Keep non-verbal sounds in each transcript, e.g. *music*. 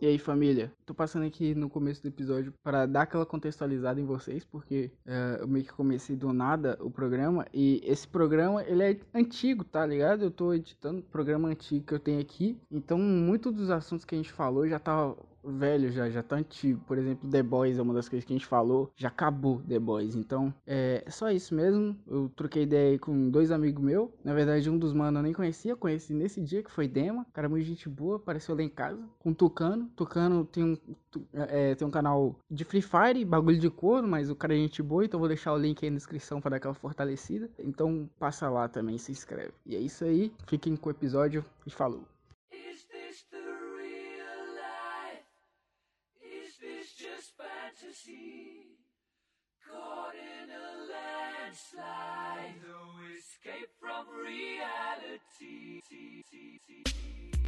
E aí, família? Tô passando aqui no começo do episódio para dar aquela contextualizada em vocês, porque eh, eu meio que comecei do nada o programa e esse programa ele é antigo, tá ligado? Eu tô editando programa antigo que eu tenho aqui, então muito dos assuntos que a gente falou já tá velho já, já tá antigo. Por exemplo, The Boys é uma das coisas que a gente falou, já acabou The Boys. Então, é só isso mesmo. Eu troquei ideia aí com dois amigos meus. Na verdade, um dos manos eu nem conhecia, conheci nesse dia que foi Dema. Cara, muito gente boa, apareceu lá em casa. Com Tucano. Tucano tem um, tu- é, tem um canal de Free Fire, bagulho de couro, mas o cara é gente boa, então eu vou deixar o link aí na descrição pra dar aquela fortalecida. Então, passa lá também, se inscreve. E é isso aí, fiquem com o episódio e falou. Is this the real life? Is this just fantasy? Caught in a landslide, no escape from reality.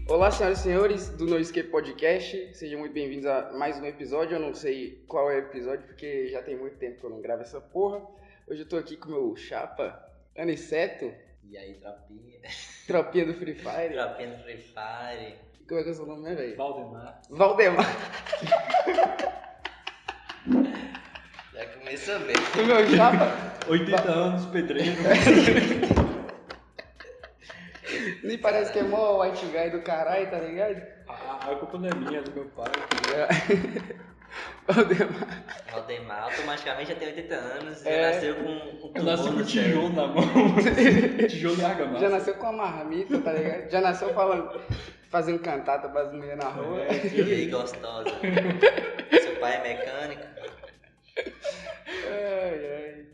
Olá, senhoras e senhores do No Escape Podcast. Sejam muito bem-vindos a mais um episódio. Eu não sei qual é o episódio, porque já tem muito tempo que eu não gravo essa porra. Hoje eu tô aqui com meu chapa, Aniceto, E aí, tropinha? *laughs* tropinha do Free Fire. Tropinha do Free Fire. Como é que é o seu nome, né, velho? Valdemar. Valdemar. *laughs* Já começou bem. O meu chapa 80 anos, pedreiro. *laughs* nem parece que é mó white guy do caralho, tá ligado? A, a culpa não é minha, é do meu pai. Valdemar. Valdemar automaticamente já tem 80 anos É. já nasceu com um Eu nasci tumor com no tijolo cérebro. na mão. *laughs* tijolo e *laughs* Já argamassa. nasceu com a marmita, tá ligado? Já nasceu falando, fazendo cantata para as mulheres na rua. E aí, gostosa? Seu pai é mecânico? Ai, ai.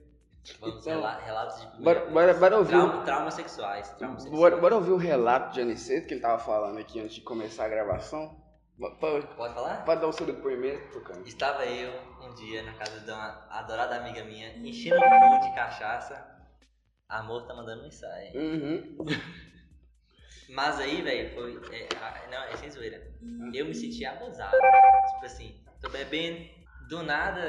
Vamos, Então, rela- relatos de Bora, bora, bora ouvir o Trauma, traumas sexuais. Traumas sexuais. Bora, bora ouvir o relato de Aniceto que ele tava falando aqui antes de começar a gravação? Bo- Pode, Pode falar? pode dar um o seu depoimento, Tucano. Estava eu um dia na casa de uma adorada amiga minha, enchendo o cu de cachaça. Amor tá mandando mensagem. Uhum. Mas aí, velho, foi. é, a- não, é sem zoeira. Eu me senti abusado. Tipo assim, tô bebendo, do nada,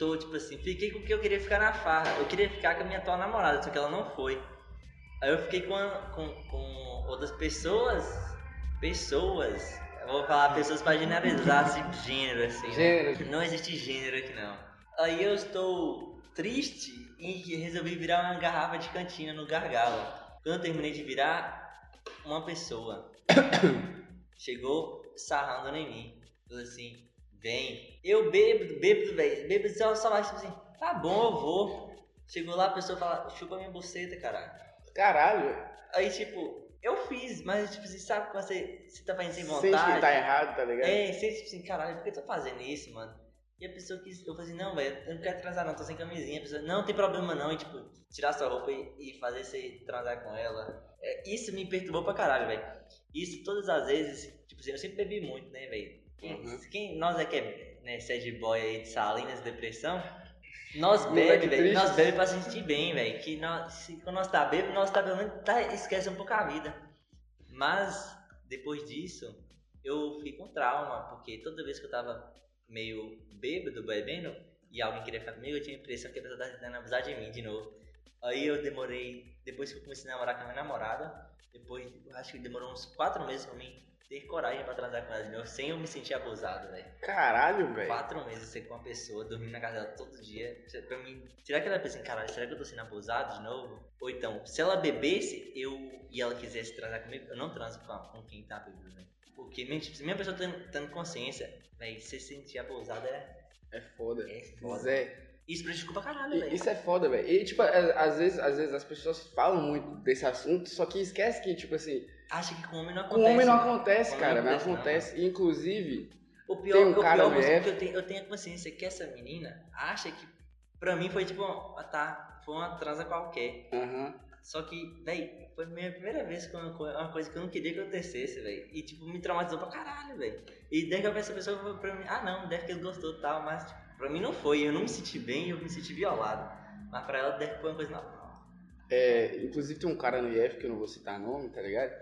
tô, tipo assim, fiquei com o que eu queria ficar na farra. Eu queria ficar com a minha atual namorada, só que ela não foi. Aí eu fiquei com, a- com, com outras pessoas. Pessoas. Eu vou falar pessoas pra generalizar esse gênero, assim. né? Gênero. Não existe gênero aqui não. Aí eu estou triste em que resolvi virar uma garrafa de cantina no gargalo. Quando eu terminei de virar, uma pessoa *coughs* chegou sarrando em mim. Falou assim, vem. Eu bêbado, bêbado, velho. Bêbado só, só mais tipo assim, tá bom, eu vou. Chegou lá, a pessoa fala, chupa minha buceta, caralho. Caralho. Aí tipo, eu fiz, mas tipo, você sabe quando você, você tá fazendo sem Sente vontade? que tá errado, tá ligado? É, você tipo assim, caralho, por que eu tô fazendo isso, mano? E a pessoa quis, eu falei assim, não, velho, eu não quero transar não, tô sem camisinha. A pessoa, não, tem problema não, e tipo, tirar sua roupa e, e fazer você transar com ela. É, isso me perturbou pra caralho, velho. Isso todas as vezes, tipo assim, eu sempre bebi muito, né, velho? Quem, Uhum. quem- nós é que é, né, sad boy aí de Salinas, depressão, nós Moleque bebe, velho, triste. nós bebe pra se sentir bem, velho. Que nós, se, quando nós tá bêbado, nós tá pelo menos, tá, esquece um pouco a vida. Mas, depois disso, eu fiquei com trauma, porque toda vez que eu tava meio bêbado, bebendo, e alguém queria ficar comigo, eu tinha a impressão que a pessoa tava tentando abusar de mim de novo. Aí eu demorei, depois que eu comecei a namorar com a minha namorada, depois, eu acho que demorou uns quatro meses pra mim ter coragem pra transar com ela de novo, sem eu me sentir abusado, velho. Caralho, velho. Quatro meses sem com uma pessoa, dormindo na casa dela todo dia. Pra mim, será que ela pensa assim, caralho, será que eu tô sendo abusado de novo? Ou então, se ela bebesse eu e ela quisesse transar comigo, eu não transo com, a- com quem tá bebendo, né? Porque mesmo, tipo, se minha pessoa tendo, tendo consciência, velho, se sentir abusado é, É foda. é foda. Zé, Isso prejudica pra caralho, e- velho. isso é foda, velho. E, tipo, é- às vezes, às vezes as pessoas falam muito desse assunto, só que esquece que, tipo assim, Acha que com homem não com acontece. o homem não né? acontece, Com cara, homem não mas acontece. E, inclusive, O Tem pior, um o cara, pior né? é que eu tenho, eu tenho a consciência que essa menina acha que, pra mim, foi tipo, ah tá, foi uma transa qualquer. aham. Só que, véi, foi a minha primeira vez com uma, co- uma coisa que eu não queria que acontecesse, véi. E, tipo, me traumatizou pra caralho, véi. E daí que eu essa pessoa falou pra mim, ah, não, deve que ele gostou e tal, mas tipo, pra mim não foi. Eu não me senti bem, eu me senti violado. Mas pra ela deve que foi uma coisa normal. É, inclusive tem um cara no IF, que eu não vou citar nome, tá ligado?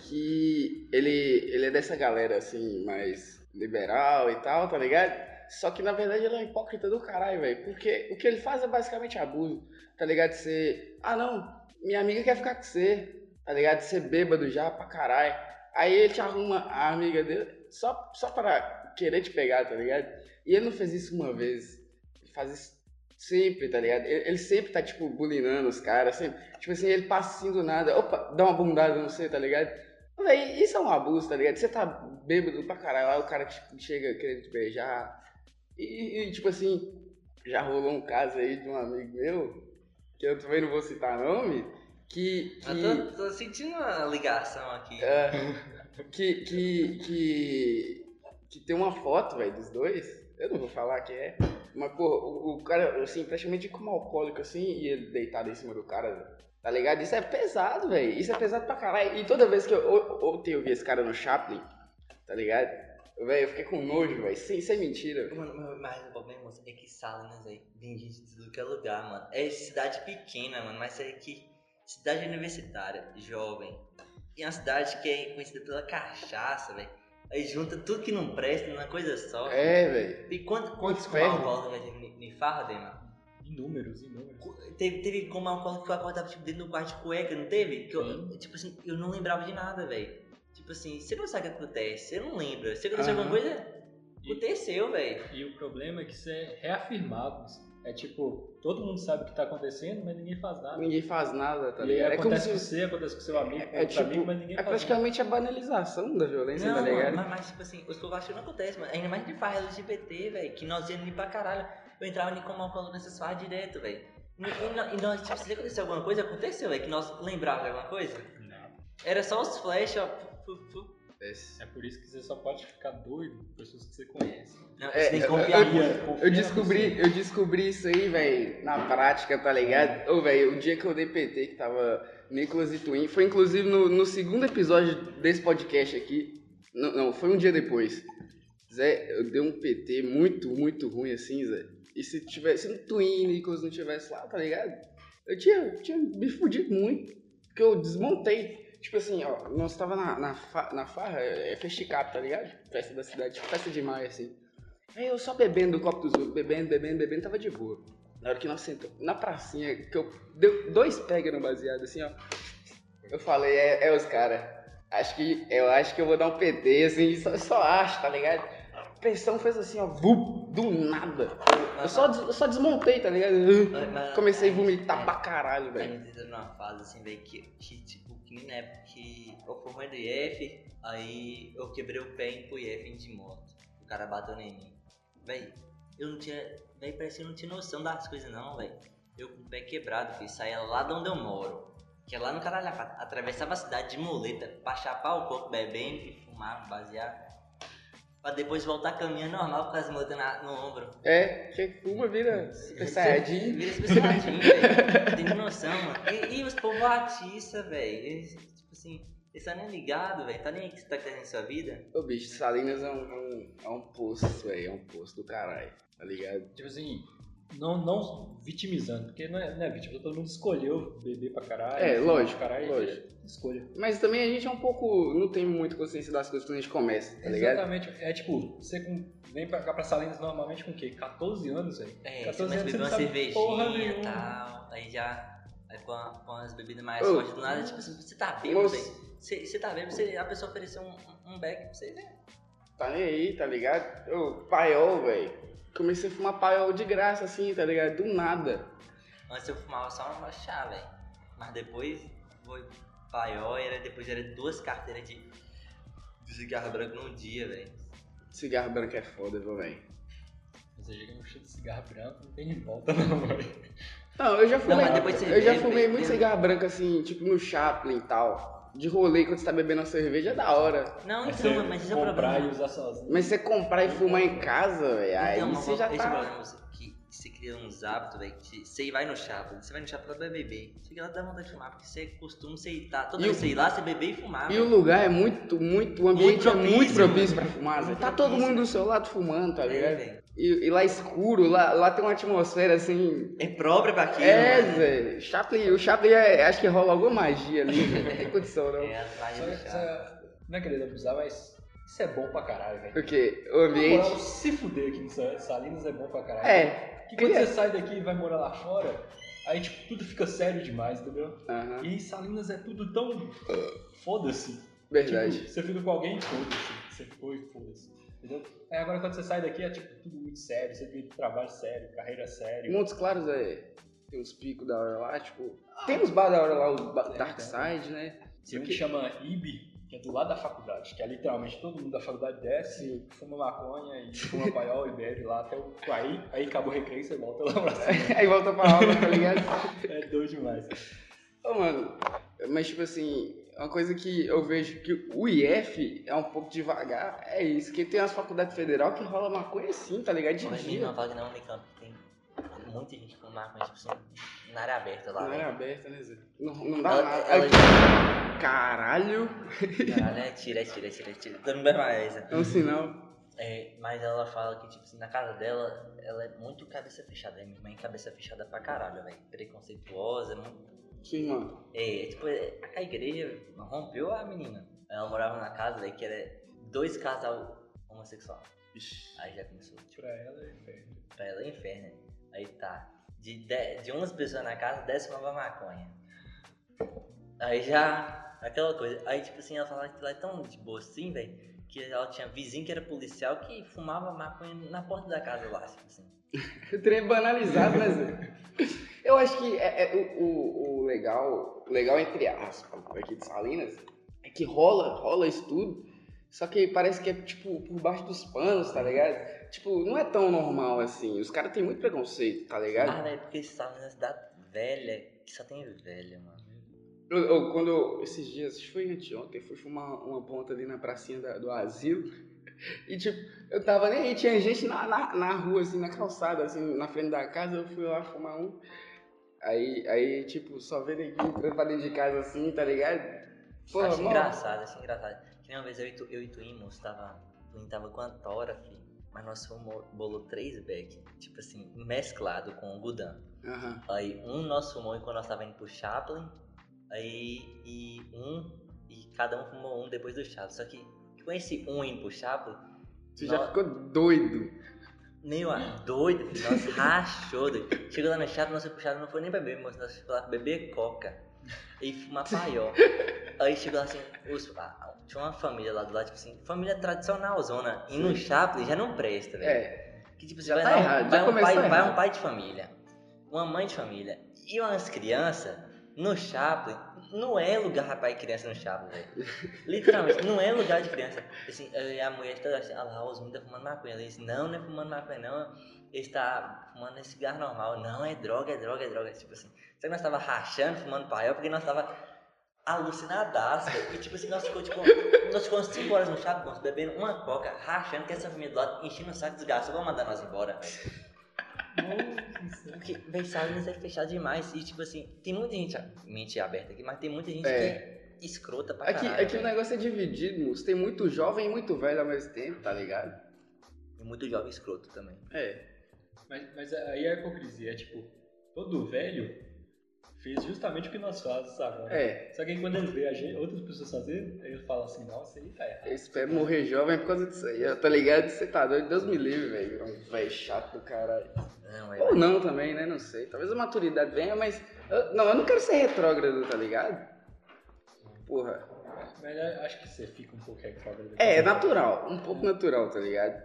Que ele, ele é dessa galera, assim, mais liberal e tal, tá ligado? Só que na verdade ele é um hipócrita do caralho, velho. Porque o que ele faz é basicamente abuso, tá ligado? Você. Ah não, minha amiga quer ficar com você, tá ligado? Você bêbado já pra caralho. Aí ele te arruma a amiga dele. só, só pra querer te pegar, tá ligado? E ele não fez isso uma vez. Ele faz isso sempre, tá ligado? Ele, ele sempre tá, tipo, bulinando os caras, sempre. Tipo assim, ele passa assim do nada. Opa, dá uma bundada, não sei, tá ligado? Véi, isso é um abuso, tá ligado? Você tá bêbado pra caralho, lá o cara tipo, chega querendo te beijar. E, e, tipo assim, já rolou um caso aí de um amigo meu, que eu também não vou citar nome, que. que... Eu tô, tô sentindo uma ligação aqui. É, que, que, que, que tem uma foto, velho, dos dois. Eu não vou falar que é. Mas, porra, o, o cara, assim, praticamente como alcoólico, assim, e ele deitado em cima do cara, tá ligado? Isso é pesado, velho. Isso é pesado pra caralho. E toda vez que eu, ou- ontem eu vi esse cara no Chaplin, tá ligado? Velho, eu fiquei com nojo, velho. Sem, sem mentira, velho. Mano, mas- mas o problema moço, é que Salinas aí vem gente de tudo que é lugar, mano. É cidade pequena, mano, mas é que cidade universitária, jovem. E é uma cidade que é conhecida pela cachaça, velho. Aí junta tudo que não presta numa coisa só. É, velho. E quanto, quantos com Inferno. alcoólico velho, me, me farra, mano? Inúmeros, inúmeros. Teve, teve como alcoólico que eu acordava tipo, dentro do quarto de cueca, não teve? Que eu, tipo assim, eu não lembrava de nada, velho. Tipo assim, você não sabe o que acontece, você não lembra. Se aconteceu Aham. alguma coisa, E- aconteceu, velho. E o problema é que isso é reafirmado. É tipo, todo mundo sabe o que tá acontecendo, mas ninguém faz nada. Ninguém faz nada, tá E aí ligado? É como acontece com se. você, acontece com seu amigo, É, com é outro tipo, amigo, mas ninguém É faz nada. praticamente a banalização da violência, tá Não, ligado? mas, mas, tipo assim, os povos não acontece, mano. Ainda mais de farra LGBT, velho, que nós íamos ali pra caralho. Eu entrava ali como alcoólatra nessas farras direto, velho. E, e nó- e nós, tipo, se aconteceu alguma coisa, aconteceu, velho, que nós lembrava de alguma coisa. Não. Era só os flash, ó. fu- fu- fu. Acontece. É por isso que você só pode ficar doido com pessoas que você conhece. Não, É, você tem que eu- confiar eu- muito. Eu descobri, eu descobri isso aí, velho, na prática, tá ligado? Ô, velho, o dia que eu dei PT, que tava Nicolas e Twin, foi inclusive no, no segundo episódio desse podcast aqui. Não, não, foi um dia depois. Zé, eu dei um PT muito, muito ruim assim, Zé. E se tivesse, se o Twin e Nicolas não tivesse lá, tá ligado? Eu tinha, tinha me fudido muito. Porque eu desmontei. Tipo assim, ó, nós tava na, na, fa- na farra, é festicato, tá ligado? Festa da cidade, tipo, festa de maio, assim. Aí eu só bebendo do copo dos outros, bebendo, bebendo, bebendo, tava de boa. Na hora que nós sentamos na pracinha, que eu deu dois pega no baseado, assim, ó. Eu falei, é, é os caras. Acho que eu acho que eu vou dar um PT, assim, só, só acho, tá ligado? A pressão fez assim, ó, vup, do nada. Eu só, des- eu só desmontei, tá ligado? Comecei a vomitar é. pra caralho, Aí velho. nós entramos numa fase assim, velho, que, que tipo, que na época que eu fui ruim do IF, aí eu quebrei o pé e pro IF de moto. O cara bateu em mim. Véi, eu não tinha. Véi, parece que eu não tinha noção das coisas não, véi. Eu com o pé quebrado, filho, saía lá de onde eu moro. Que é lá no caralho, atravessava a cidade de muleta pra chapar o coco bebendo e fumar, baseado. Pra depois voltar caminhando normal com as muletas na- no ombro. É, quem fuma vira super saiyajin. Vira especialadinho, é velho. Tem noção, mano. E, e os povos artistas, velho. Eles, tipo assim, eles tá nem ligado, velho. Tá nem aí que você tá querendo sua vida. Ô, bicho, Salinas é um, é um, é um poço, velho. É um poço do caralho, tá ligado? Tipo assim, não, não vitimizando, porque não é, não é vítima, todo mundo escolheu beber pra caralho. É, fumar lógico, pra caralho, lógico. Escolha. Mas também a gente é um pouco. Não tem muito consciência das coisas quando a gente começa, tá ligado? Exatamente. É tipo, você com- vem pra cá pra Salinas normalmente com o quê? 14 anos, velho? É, você 14 começa a anos você beber não uma sabe porra cervejinha nenhuma. e tal. Aí já. Aí põe, uma- põe umas bebidas mais Ô. fortes do nada. Tipo assim, você tá bêbado, Moço, velho. Você você tá bêbado, você, a pessoa ofereceu um, um- um back pra você, né? tá nem aí, tá ligado? Eu, paiol, velho. Comecei a fumar paiol de graça, assim, tá ligado? Do nada. Antes eu fumava só uma chá, velho. Mas depois foi paiol, era, depois era duas carteiras de, de cigarro branco num dia, velho. Cigarro branco é foda, viu, velho? Você chega no chute de cigarro branco, não tem de volta não, velho. Não, eu já fumei. Não, mas depois você eu já bebe, fumei muito bebe. cigarro branco, assim, tipo no Chaplin e tal. De rolê quando você tá bebendo uma cerveja é da hora. Não, Aí então, você mas esse é o comprar e problema. usar sozinho. Mas você comprar e fumar em casa, velho, aí então, você já esse é o tá. problema você- que você cria uns hábitos, velho. que Você vai no chapa, você vai no chapa pra beber. Chega lá dá vontade de fumar, porque você costuma, você ir tá. Toda E vez o- que você ir lá, você beber e fumar. E velho. o lugar é muito, muito. O ambiente é propício, muito propício mano. pra fumar, Zé. Muito Tá todo propício. mundo do seu lado fumando, tá é, ligado? velho. E, e lá escuro, lá, lá tem uma atmosfera assim. É próprio pra aquilo. É, mano. Zé. Chaplin, o Chaplin é- acho que rola alguma magia ali, velho. Não tem condição, não. É, as Só, vaias do chapa. só, não é querendo abusar, mas isso é bom pra caralho, velho. Porque o Na moral, ambiente. se fuder aqui em Sa- Salinas *laughs* é bom pra caralho. É. Porque quando você sai daqui e vai morar lá fora, aí tipo, tudo fica sério demais, entendeu? Aham, E Salinas é tudo tão foda-se. verdade. Tipo, você fica com alguém, foda-se. Você foi, foda-se. Entendeu? Aí agora quando você sai daqui é tipo tudo muito sério, você tem trabalho sério, carreira Em séria. Montes Claros é. Tem uns picos da hora lá, tipo. Tem uns bar da hora lá, o ba- Tem, Dark tem. Side, né? *laughs* Tem um que chama IB, que é do lado da faculdade, que é literalmente todo mundo da faculdade desce, fuma maconha e fuma paiol e bebe lá até o. Aí, aí acabou o recreio, você volta lá pra cima. *laughs* Aí volta pra aula, tá ligado? É doido demais. Ô, mano, mas tipo assim, uma coisa que eu vejo que o IF é um pouco devagar é isso, que tem as faculdades federal que rola maconha assim, tá ligado? De Mas dia, menino, não fala que não, Unicamp. Tem muita gente com maconha, tipo, são na área aberta lá. Não né? era aberta, né, Zé? Não, não dá Ela- nada. ela- Aqui- Caralho! Caralho, é tira, é tira, é tira, é tira. Todo mundo vai mais. né? É um sinal. É, mas ela fala que, tipo assim, na casa dela, ela é muito cabeça fechada. Minha mãe é cabeça fechada pra caralho, velho. Preconceituosa, muito Sim, mano. É, tipo, é, a igreja rompeu a menina. Ela morava na casa daí que era dois casal homossexual. Aí já começou, tipo, Pra ela é inferno. pra ela é inferno. Aí tá. De, de, de umas pessoas na casa, dez fumava maconha. Aí já. Aquela coisa. Aí, tipo assim, ela falava que lá é tão de boa assim, velho. Que ela tinha vizinho que era policial que fumava maconha na porta da casa lá, tipo assim. Tá O trem é banalizado, né, Zé? *laughs* Eu acho que é, é o, o, o legal, o legal entre aspas, aqui de Salinas, é que rola, rola isso tudo, só que parece que é, tipo, por baixo dos panos, tá ligado? Tipo, não é tão normal assim. Os caras têm muito preconceito, tá ligado? Ah, velho, porque você tava na cidade velha, que só tem velha, mano. Eu, eu- quando eu, esses dias, acho que foi anteontem, fui fumar uma ponta ali na pracinha da- do asilo. E tipo, eu tava nem aí, tinha gente na, na, na rua, assim, na calçada, assim, na frente da casa, eu fui lá fumar um. Aí, aí tipo, só vê neguinho entrando pra dentro de casa assim, tá ligado? Pô, acho mano, engraçado, acho engraçado. Que nem uma vez eu e, tu, eu e Twin, moço, tava. Twin tava com a Tora, filho. Mas nós fomos bolou três back, tipo assim, mesclado com o Gudan. aham. Aí um nós fumou enquanto nós tava indo pro Chaplin. Aí e um. E cada um fumou um depois do Chaplin. Só que com esse um indo pro Chaplin, Você nó- já ficou doido. meio a doido, filho. Nós rachou, doido. Chegou lá no Chaplin, nossa puxada não foi nem pra beber, moço. Nós ficamos lá pra beber coca e fumar paiol. Aí chegou assim, os- a- a- tinha uma família lá do lado, tipo assim, família tradicional zona. E no Chaplin já não presta, velho. É, Que tipo, você já vai tá lá, um- errado, vai, já um começou pai, vai errado. um pai de família, uma mãe de família e umas crianças no Chaplin. Não é lugar pra pai e criança no Chaplin, velho. Literalmente, não é lugar de criança. Assim, aí a mulher toda assim, ah lá, os meninos tá fumando maconha. Ela disse, não, não é fumando maconha, não. Ele tá fumando esse cigarro normal. Não, é droga, é droga, é droga. Tipo assim, só que nós tava rachando, fumando paiol, porque nós tava alucinadaço, velho. E tipo assim, nós ficamos tipo, nós ficamos 5 horas no chá, nós bebendo uma coca, rachando que essa família do lado, enchendo o saco, desgraça, vão mandar nós embora, velho. Porque, velho, Salinas é fechado demais. E tipo assim, tem muita gente, mente aberta aqui, mas tem muita gente que é escrota pra aqui, caralho. né? aqui o velho. negócio é dividido, moço. Tem muito jovem e muito velho ao mesmo tempo, tá ligado? E muito jovem escroto também. É. Mas, mas aí é a hipocrisia, é tipo, todo velho fez justamente o que nós fazemos agora. É. Só que aí quando ele vê a gente, outras pessoas fazerem, ele fala assim, nossa, ele tá Eu errado. espero morrer jovem por causa disso aí, ó, tá ligado? Você tá doido, Deus me livre, velho. Um velho chato do caralho. Não, é Ou velho. não também, né? Não sei. Talvez a maturidade venha, mas. eu- não, eu não quero ser retrógrado, tá ligado? Porra. Mas eu acho que você fica um pouco reclamando. É, é natural. Um pouco natural, tá ligado?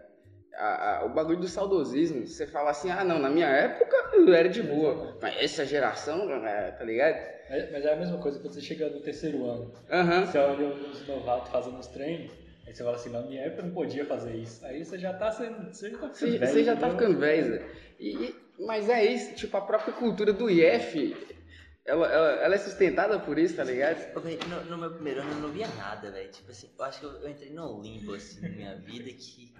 A- a- o bagulho do saudosismo. Você fala assim, ah, não, na minha época eu era de boa. Mas essa geração, é, tá ligado? Mas, mas é a mesma coisa quando você chega no terceiro ano. Aham. Você olha os novatos fazendo os treinos, aí você fala assim, na minha época eu não podia fazer isso. Aí você já tá sendo, você já tá ficando Você, velho. você já tá entendeu? ficando velho, Zé. E- e- mas é isso, tipo, a própria cultura do IF, ela, ela- ela é sustentada por isso, tá ligado? Ô, velho, No, no meu primeiro ano eu não via nada, velho. Tipo assim, eu acho que eu, eu entrei num limbo assim na minha vida que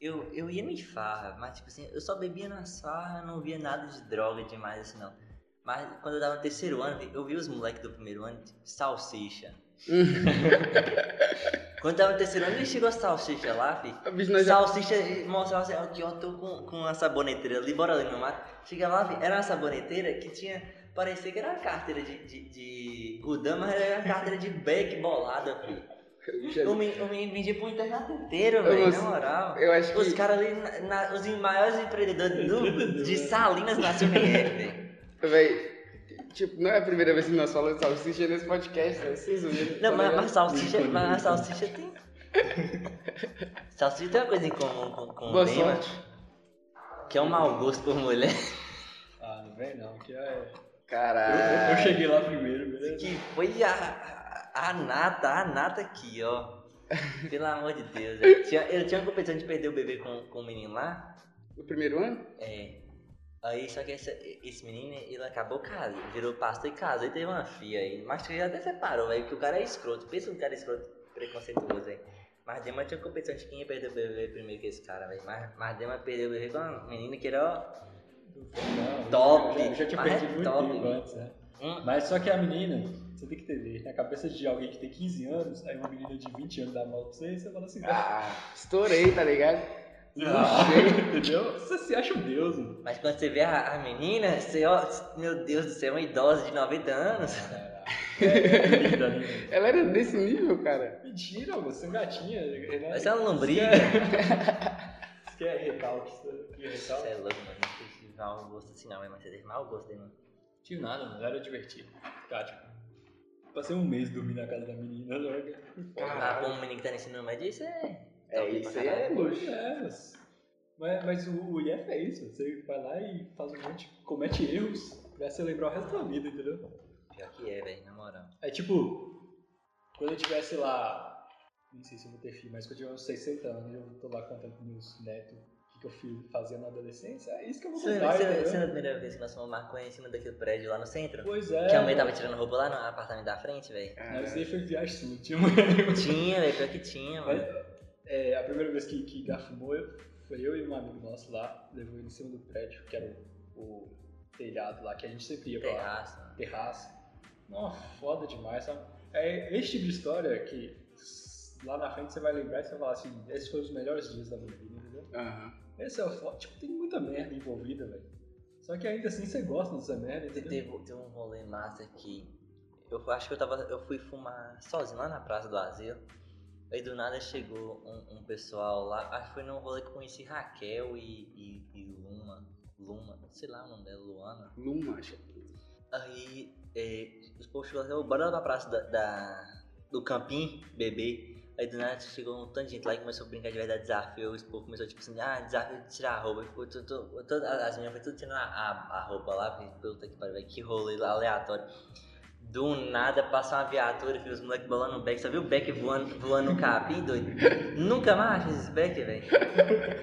eu, eu ia me farra, mas tipo assim, eu só bebia na farra, não via nada de droga demais assim não. Mas quando eu tava no terceiro ano, velho, eu vi os moleques do primeiro ano, tipo, salsicha. quando eu tava no terceiro ano, ele chegou a salsicha lá, filho. A bicho nós já- Salsicha e mostrava assim, aqui ó, tô com, com uma saboneteira ali, bora ali no mato. Chega lá, vi, era uma saboneteira que tinha, parecia que era uma carteira de, de, de Gudam, mas era uma carteira de beck bolada, filho. O Eu, menino, o menino vendia pro internato inteiro, Eu velho, na não- moral. eu acho que. Os caras ali, na- na- os maiores empreendedores do, de Salinas nasceu em *laughs* F, velho. Véi, tipo, não é a primeira vez que nós falamos de salsicha nesse podcast, né? Vocês uniram. Não, tá mas, ligado? *laughs* mas salsicha, mas a salsicha tem Salsicha tem uma coisa em comum com, com Boa o Bema, sorte. que é um mau gosto por mulher. Ah, não vem não, que é. Ah. Eu, eu Caralho. cheguei lá primeiro, beleza? Que foi a, a, a nata, a nata aqui, ó. Pelo amor de Deus. velho. Tinha- Eu tinha uma competição de perder o bebê com, com o menino lá. O primeiro ano? É. Aí, só que essa- esse menino, ele acabou casa, virou pastor e casou e teve uma filha aí. Mas ele até separou, velho, que o cara é escroto. Pensa um cara escroto, preconceituoso, velho. Mas Dema tinha competição de quem ia perder o bebê primeiro que esse cara, velho. Mas, mas Dema perdeu o bebê com uma menina que era, ó, Não, Top. Eu já, eu já tinha Mas é perdido muito top. tempo antes, né? um- Mas só que a menina, você tem que entender, na cabeça de alguém que tem 15 anos, aí uma menina de 20 anos dá mal pra você e você fala assim, Ah, estourei, tá ligado? ah, entendeu? *laughs* Você se acha um deus, mano. Mas quando você vê a, a menina, você, ó, meu Deus do céu, é uma idosa de 90 anos. É. Linda, linda. Ela era desse nível, cara. né? Mentira, você é um gatinha. Renato. Mas é uma lombriga. Isso que é recalque. Isso que é Você recalque. é louco, mano. Não tive mau gosto assim, não, velho. Mas você teve mau gosto, hein, mano. Tive nada, mano. Era divertido. Tá, tipo, passei um mês dormindo na casa da menina. né? Ah, como o menino que tá no ensino médio, isso é. É, top pra isso aí caralho. é Pois luxo. é, mas, mas, mas o, o IF é isso. Você vai lá e faz um monte, comete erros pra você lembrar o resto da vida, entendeu? Pior que é, velho, na moral. É tipo, quando eu tivesse lá, nem sei se eu vou ter filho, mas quando eu tiver uns 60 anos, eu tô lá contando com meus netos o que, que eu fiz, fazia na adolescência, é isso que eu vou Você né? contar, entendeu? lembra a primeira vez que nós fomos maconha em cima daquele prédio lá no centro? Pois é. Que a mãe tava tirando roupa lá no apartamento da frente, velho. Não, isso Caralho. daí foi viagem sua, tinha É. Tinha, velho, pior que tinha, Mas, mano. *laughs* é, a primeira vez que, que Gá fumou, eu- foi eu e um amigo nosso lá, levou ele em cima do prédio, que era o, o telhado lá, que a gente sempre ia pra lá. Terraço. mano. Terraço. Nossa, foda demais, sabe? É esse tipo de história que s- lá na frente você vai lembrar e você vai falar assim, esses foram os melhores dias da minha vida, entendeu? Aham. Esse é o foda, tipo, tem muita merda envolvida, velho. Só que ainda assim você gosta dessa merda, Te- entendeu? Teve, teve um rolê massa que eu fu- acho que eu tava. Eu fui fumar sozinho lá na Praça do Asilo. Aí do nada chegou um, um pessoal lá. Acho que foi num rolê que eu conheci Raquel e, e, e Luma. Luma, sei lá o nome dela, Luana. Luma, acho que. Aí é, os povos chegou assim, "Ô, bora lá pra praça da, da- do Campim, bebê. Aí do nada chegou um tanto de gente lá e começou a brincar de verdade desafio. Os povos começou tipo assim, ah, desafio de tirar a roupa. Ficou tudo, tudo- todas as meninas foi tudo tirando a, a- a roupa lá, porque, puta que pariu, velho, que rolê lá aleatório. Do nada passa uma viatura, filho, os moleques bolando o beck, só viu o beck voando, voando no capim, doido? Nunca mais acha esses beck, velho.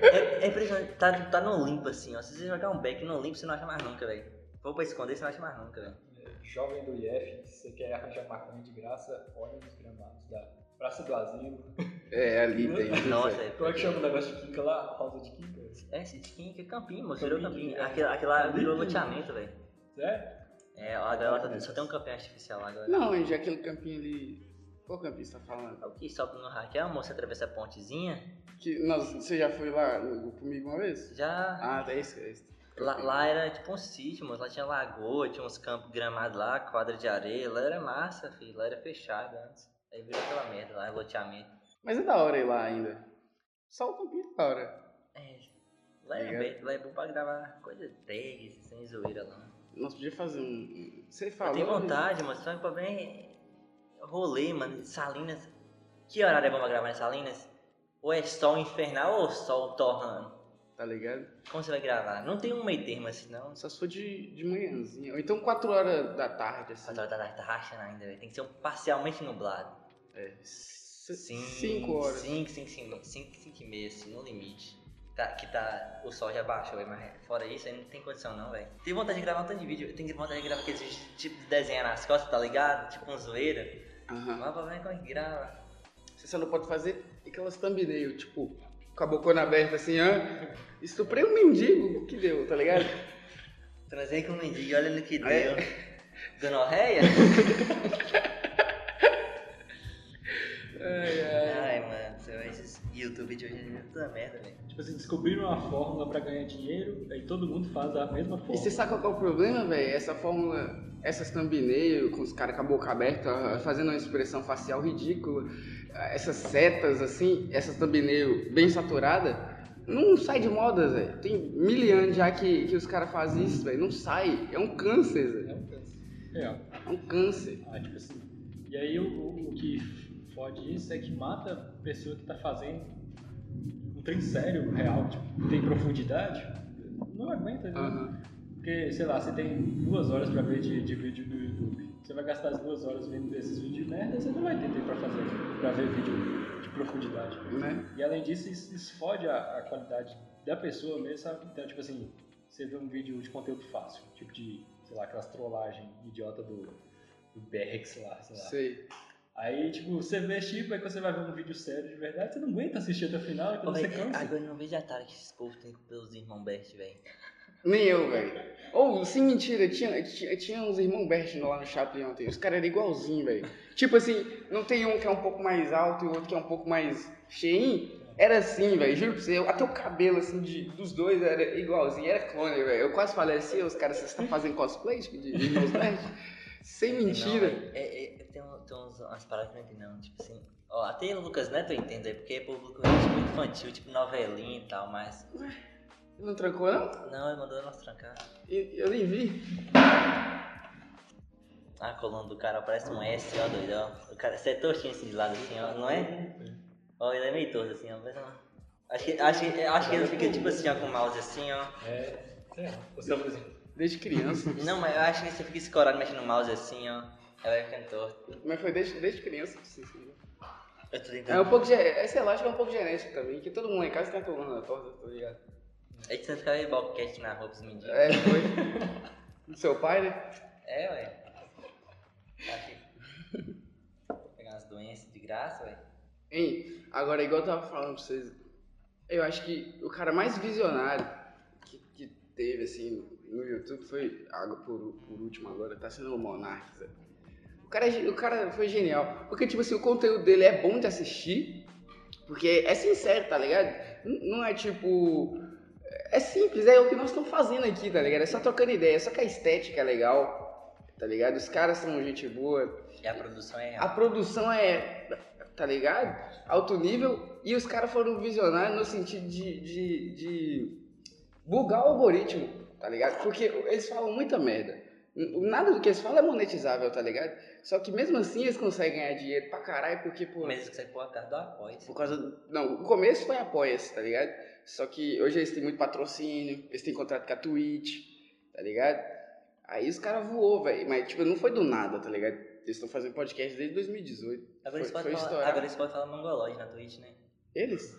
É, é impressionante, tá, tá no Olimpo assim, ó. Se você jogar um beck no Olimpo, você não acha mais nunca, velho. Vou pra esconder, você não acha mais nunca, velho. É, Jovem do IF, se você quer arranjar maconha de graça, olha nos gramados da Praça do Asilo, É, ali tem. tudo Nossa, certo. é. Como é que chama o negócio de quinca lá? Rosa de quinca? É, esse skin que é campinho, moço. Virou Campinho, campinho. é. Aquilo, aquilo lá virou Campinho. loteamento, velho. É? É, agora só, só tem um campinho artificial lá agora. Não, já aquele campinho ali. Qual campinho você tá falando? É O que sobe no Raquel, moço, atravessa a pontezinha. Que, não, você já foi lá no- comigo uma vez? Já. Ah, tá, esse. esse. Lá, lá era tipo um sítio, moço. Lá tinha lagoa, tinha uns campos gramados lá, quadra de areia. Lá era massa, filho. Lá era fechado antes. Aí virou aquela merda lá, é loteamento. Mas é da hora ir lá ainda. Só o campinho é da hora. É. Lá é, Legal. bem, lá é bom pra gravar coisa tag, sem zoeira lá. Nós podíamos fazer um. Você Eu falou. tenho né? vontade, mano. Só que o problema é rolê, mano. Salinas. Que horário é bom pra gravar em Salinas? Ou é sol infernal ou sol torrando? Tá ligado? Como você vai gravar? Não tem um meio termo assim, não. Só se for de, de manhãzinha. Ou então 4 horas da tarde, assim. Essa hora da tarde tá rachando ainda, velho. Tem que ser um parcialmente nublado. É. 5 5 horas. 5, 5, 5, 5, 5 e meia, assim, no limite. Tá, que tá, o sol já baixou, velho, mas fora isso aí não tem condição não, velho. Tem vontade de gravar um tanto de vídeo, tem vontade de gravar aqueles vídeos tipo de desenhar nas costas, tá ligado? Tipo um zoeira. Aham. Mas o problema é como é que grava. Você só não pode fazer aquelas thumbnail, tipo, com a bocona aberta assim, ah, estuprei um mendigo, que deu, tá ligado? Transei com o um mendigo, olha no que Aí- deu. Gonorreia? Ai, ai. Ai, mano, você vai esses YouTube de hoje em dia é toda merda, velho. Tipo assim, descobriram uma fórmula pra ganhar dinheiro, aí todo mundo faz a mesma E você fórmula. sabe qual que é o problema, velho? Essa fórmula, essas thumbnail com os caras com a boca aberta, ah, fazendo uma expressão facial ridícula, ah, essas setas assim, essas thumbnail bem saturada, não sai de moda, velho. Tem mil anos já que, que os caras fazem isso, velho. Não sai. É um câncer, velho. É um câncer. É, ó. É um câncer. ah, tipo assim. E aí o, o- o que fode isso é que mata a pessoa que tá fazendo um trem sério, real, tipo, tem profundidade. Não aguenta, né? Aham. Porque, sei lá, você tem duas horas pra ver de, de vídeo no YouTube. Você vai gastar as duas horas vendo esses vídeos de merda, você não vai ter tempo pra fazer, pra ver vídeo de profundidade. Né? E além disso, isso, isso fode a, a qualidade da pessoa mesmo, sabe? Então, tipo assim, você vê um vídeo de conteúdo fácil, tipo de, sei lá, aquelas trollagens idiota do, do Berrex lá, sei lá. Sei. Aí, tipo, você vê tipo, aí quando você vai ver um vídeo sério de verdade, você não aguenta assistir até o final, então você Véi, cansa. agora eu não vejo a tara que esses povos têm pelos irmãos Bert, velho. Nem eu, velho. Ou, sem mentira, tinha, tinha, tinha uns irmãos Bert lá no Chaplin ontem. Os caras eram igualzinhos, velho. Tipo assim, não tem um que é um pouco mais alto e o outro que é um pouco mais cheinho? Era assim, velho. Juro pra você. eu- Até o cabelo, assim, de, dos dois era igualzinho. Era clone, velho. Eu quase falei assim, os caras, vocês estão fazendo cosplay tipo, de de irmãos Bert? Sem mentira. Não, é, é, tem, um- tem uns, umas paradas que eu não entendo, não. Tipo assim, ó, até o Lucas Neto eu entendo aí, porque é público tipo, infantil, tipo novelinha e tal, mas. Não trancou, não? Não, ele mandou nós trancar. E- Eu nem vi. A coluna do cara parece um S, ó, doidão. O cara, você é tortinho assim de lado, assim, ó, não é? Ó, ele é meio torto, assim, ó. mas não. Acho que, acho, que- acho que ele fica tipo assim, ó, com o mouse assim, ó. É, sei lá. Você, por exemplo, Desde criança. Não, mas eu acho que você fica escorado mexendo no mouse assim, ó. Ela vai ficando torta. Mas foi desde, desde criança. Assim, assim. Eu tô É um tentando. pouco, ge- essa lógica é um pouco genética também, que todo mundo lá em casa tem a coluna torta, tá ligado? É que você fica meio balquete na roupa, os meninos. É, foi. Do seu pai, né? É, ué. Acho que. Pegar umas doenças de graça, ué. Hein, agora igual eu tava falando pra vocês, eu acho que o cara mais visionário que, que teve, assim, no YouTube foi, agora, por, por último agora, tá sendo o Monark, velho. O cara, é ge- o cara foi genial, porque, tipo assim, o conteúdo dele é bom de assistir, porque é sincero, tá ligado? N- Não é tipo... É simples, é o que nós estamos fazendo aqui, tá ligado? É só trocando ideia, só que a estética é legal, tá ligado? Os caras são gente boa, E a produção é a real. produção é, tá ligado? Alto nível. E os caras foram visionários no sentido de, de, de bugar o algoritmo, tá ligado? Porque eles falam muita merda. N- Nada do que eles falam é monetizável, tá ligado? Só que mesmo assim eles conseguem ganhar dinheiro pra caralho, porque, pô. Mesmo que você pôr a cara do apoio. Por causa. do- Não, o começo foi apoia-se, tá ligado? Só que hoje eles têm muito patrocínio, eles têm contrato com a Twitch, tá ligado? Aí os caras voou, velho. Mas, tipo, não foi do nada, tá ligado? Eles estão fazendo podcast desde 2018. Agora eles foi, foi podem falar, estourado. agora eles podem falar mongolóide na Twitch, né? Eles?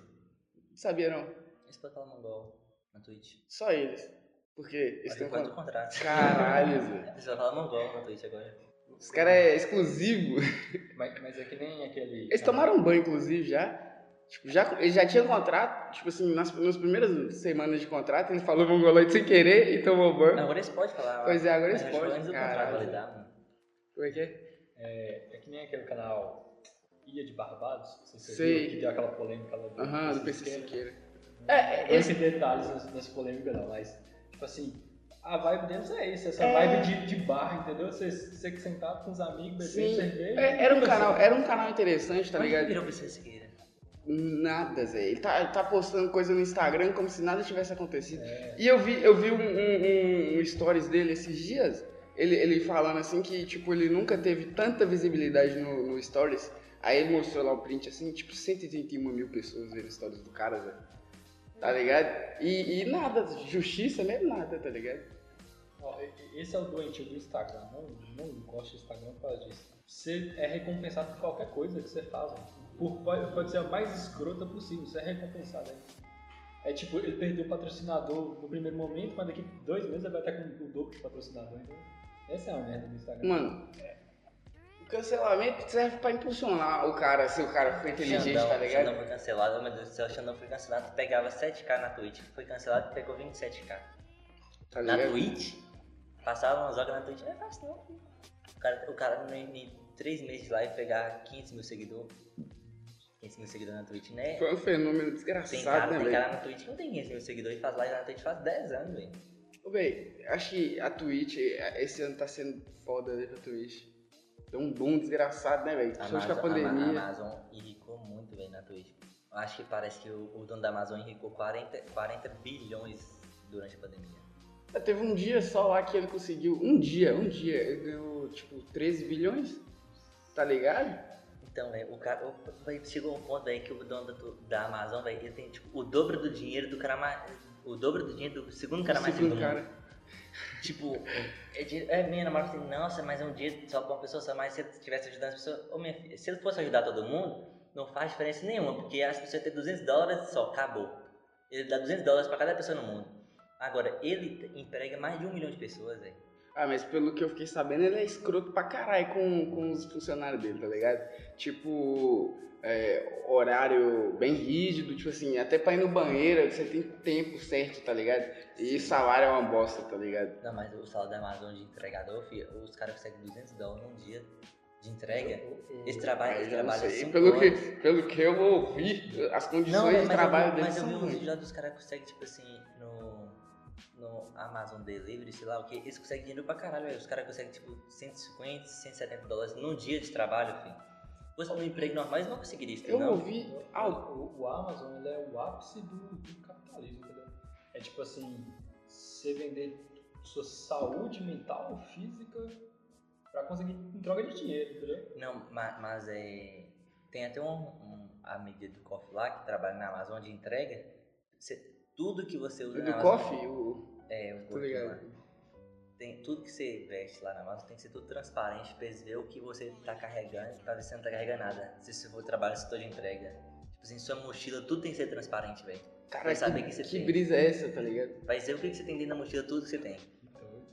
Não sabia, não. Eles podem falar mongol na Twitch. Só eles. Porque eles Mas têm eu um faço o contrato. contrato. Caralho, velho. *laughs* Eles vão falar mongol na Twitch agora. Os caras é exclusivo. mas, mas é que nem aquele. Eles tomaram um banho, inclusive, já. Tipo, já, eles já tinham contrato. Tipo assim, nas, nas primeiras semanas de contrato, ele falou mongoloide sem querer e tomou banho. Agora eles podem falar. Pois é, agora eles mas eu acho que podem, antes do caralho. contrato validar, mano. Como é que é? É, é que nem aquele canal Ilha de Barbados, não sei se você Sei. viu, que deu aquela polêmica lá do Aham, do do PC esquema. Siqueira. Não É, vou esse, entrar em detalhes nessa, nessa polêmica não, mas, tipo assim, a vibe deles é isso, essa vibe de, de bar, entendeu? Você, você que sentado com os amigos, bebendo Sim. cerveja. tipo assim, é, era, um conversando. canal, era um canal interessante, tá Onde que ligado? virou pra você Siqueira? Nada, Zé. Ele tá, ele tá postando coisa no Instagram como se nada tivesse acontecido. É. E eu vi, eu vi um, um- um stories dele esses dias, ele, ele falando assim que, tipo, ele nunca teve tanta visibilidade no, no stories. Aí ele mostrou lá o print assim, tipo, 131 mil pessoas vendo stories do cara, Zé. Tá ligado? E, e nada, justiça mesmo nada, tá ligado? Ó, e- e- Esse é o doentio do Instagram, não, não gosto do Instagram por causa disso. Você é recompensado por qualquer coisa que você faz, né? por, pode, pode ser a mais escrota possível, você é recompensado. né? É tipo, ele perdeu o patrocinador no primeiro momento, mas daqui dois meses ele vai estar com o dobro de patrocinador. Então, essa é a merda do Instagram. Mano, o cancelamento serve pra impulsionar o cara, se o cara for inteligente, tá ligado? Xandão foi cancelado, oh, meu Deus do céu, Xandão foi cancelado, pegava 7k na Twitch. Foi cancelado e pegou 27k. Tá Na ligado? Twitch? Passava umas horas na Twitch, não é fácil não. filho. O cara, o cara em, em 3 meses de live pegar 500 mil seguidores. 500 mil seguidores na Twitch, né? Foi um fenômeno Tem desgraçado, cara, né, tem velho? cara na Twitch que não tem 500 mil seguidores e faz live na Twitch faz 10 anos, velho. Ô, Véi, acho que a Twitch, eh, esse ano tá sendo foda né, pra Twitch. Deu um boom desgraçado, né, velho? Principalmente com a A pandemia. Amazon enricou muito, velho, na Twitch. Eu Acho que parece que o, o dono da Amazon enricou 40, 40 bilhões durante a pandemia. Teve um dia só lá que ele conseguiu, um dia, um dia, ele ganhou, tipo, 13 bilhões, tá ligado? Então, velho, o cara. o- véi, chegou um ponto aí que o dono da, tu- da Amazon, velho, ele tem tipo, o dobro do dinheiro do cara mais. O dobro do dinheiro do segundo cara mais rico Segundo do mundo. um cara. é Tipo, é, dinheiro- é minha namorada falou assim, nossa, mas é um dinheiro só pra uma pessoa, só mais se ele estivesse ajudando as pessoas. Ô, minha filha, se ele fosse ajudar todo mundo, não faz diferença nenhuma, porque as pessoas têm 200 dólares só, acabou. Ele dá 200 dólares pra cada pessoa no mundo. Agora, ele emprega mais de um milhão de pessoas, velho. Ah, mas pelo que eu fiquei sabendo, ele é escroto pra caralho com, com os funcionários dele, tá ligado? Tipo, é, horário bem rígido, tipo assim, até pra ir no banheiro, você tem tempo certo, tá ligado? E salário é uma bosta, tá ligado? Não, mas o salário da Amazon de entregador, filho, os caras conseguem 200 dólares num dia de entrega. Esse trabalho, Mas esse eu não trabalho é sei. cinco Pelo horas. que, pelo que eu ouvi, as condições velho, de mas trabalho eu, vi- dele mas eu são vi uns ruins. vídeos dos caras conseguem, tipo assim, no, no Amazon Delivery, sei lá o que, eles conseguem dinheiro pra caralho, velho. Os caras conseguem, tipo, 150, 170 dólares num dia de trabalho, filho. Se fosse num emprego normal, eles não conseguiriam isso, Eu não. ouvi algo. Ah, O, o Amazon ele é o ápice do, do capitalismo, entendeu? É tipo assim, você vender sua saúde mental, física, pra conseguir em troca de dinheiro, entendeu? Não, mas, mas é. Tem até um, um amigo do Coffee lá que trabalha na Amazon de entrega. Você- tudo que você usa na Do Amazon. coffee, o. É, o Tá corpo lá. ligado? Tem tudo que você veste lá na Amazon tem que ser tudo transparente pra eles verem o que você tá carregando pra ver se você não tá carregando nada. Se você for trabalhar, se tô de entrega. Tipo assim, sua mochila, tudo tem que ser transparente, velho. Cara, Pra saber que, que você que tem. brisa é essa, tá ligado? Vai ver o que que você tem dentro da mochila, tudo que você tem. Então,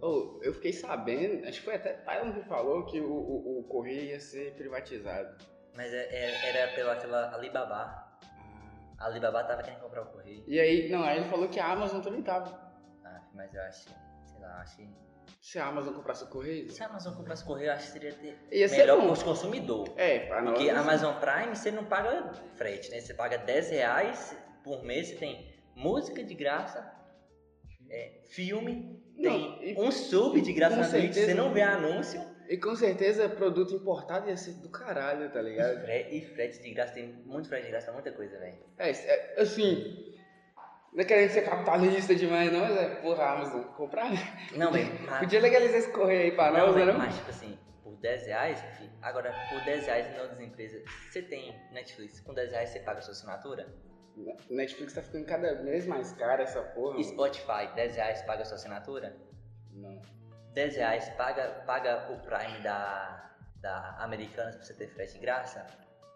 Ô, eu fiquei sabendo, acho que foi até Tylon que falou que o, o, o Correio ia ser privatizado. Mas é- é- era pela aquela Alibaba. Hum. A Alibaba tava querendo comprar o correio. E aí, não, aí ele falou que a Amazon também tava. Ah, mas eu acho, sei lá, acho. Se a Amazon comprasse o Correio, Se a Amazon comprasse o correio, eu acho que seria ter ia ser um melhor bom. pros consumidor. É, pra nós. Porque Amazon Prime você não paga frete, né? Você paga 10 reais por mês, você tem música de graça, é, filme, Não, tem e- um sub de graça com na Twitch, certeza. você não vê anúncio. E com certeza produto importado ia ser do caralho, tá ligado? Fre- E frete de graça, tem muito frete de graça, muita coisa, velho. É, isso é assim. Não é querendo ser capitalista demais, não, mas é, porra, Amazon, comprar. *laughs* Não, velho, mas- Podia legalizar esse correio aí pra não, nós, né? velho, Não? mas tipo assim, por 10 reais, fi, agora por 10 reais em outras empresas, você tem Netflix, com 10 reais você paga a sua assinatura, Netflix tá ficando cada vez mais cara essa porra. mano. Spotify, 10 reais paga a sua assinatura, Não. 10 reais, paga, paga o Prime da, da Americanas pra você ter frete de graça.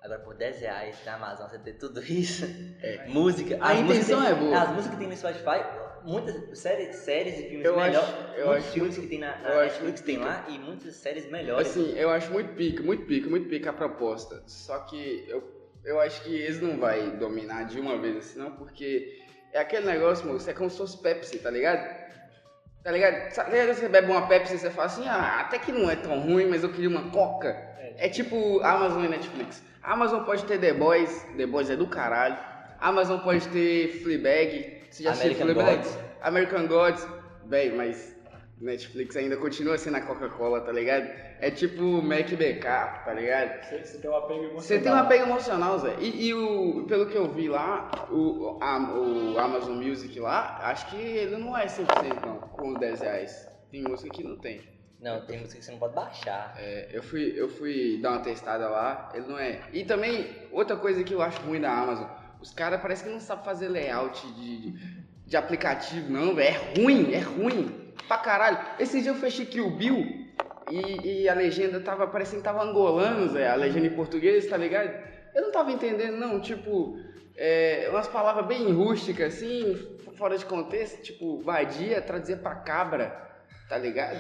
Agora por 10 reais na Amazon você ter tudo isso. É. *laughs* Música. A as músicas intenção tem- é boa. As músicas que tem no Spotify, muitas séries, séries e filmes Eu melhor. acho- eu muitos acho filmes que tem na, na eu acho Netflix muito tem lá e muitas séries melhores. Assim, eu acho muito pica, muito pica, muito pica a proposta. Só que eu, eu acho que eles não vai dominar de uma vez assim, não, porque é aquele negócio, moço, é como se fosse Pepsi, tá ligado? Tá ligado? Sabe quando você bebe uma Pepsi e você fala assim, ah, até que não é tão ruim, mas eu queria uma Coca. É tipo Amazon e Netflix. Amazon pode ter The Boys, The Boys é do caralho. Amazon pode ter Fleabag, você já assistiu American Fleabag? Gods. American Gods, véi, mas Netflix ainda continua sendo a Coca-Cola, tá ligado? É tipo Mac BK, tá ligado? Você, você tem um apego emocional. Você tem um apego emocional, Zé. E, e o, pelo que eu vi lá, o, a- o Amazon Music lá, acho que ele não é 100% não, com os 10 reais. Tem música que não tem. Não, tem música que você não pode baixar. É, eu, fui, eu fui dar uma testada lá, ele não é. E também, outra coisa que eu acho ruim da Amazon, os caras parece que não sabem fazer layout de, de, de aplicativo, não, velho. É ruim, é ruruim pra caralho. Esse dia eu fechei Kill Bill e, e a legenda tava, parecendo que tava angolano, Zé, a legenda em português, tá ligado? Eu não tava entendendo, não, tipo, é, umas palavras bem rústicas, assim, f- fora de contexto, tipo, vadia, traduzir pra cabra, tá ligado?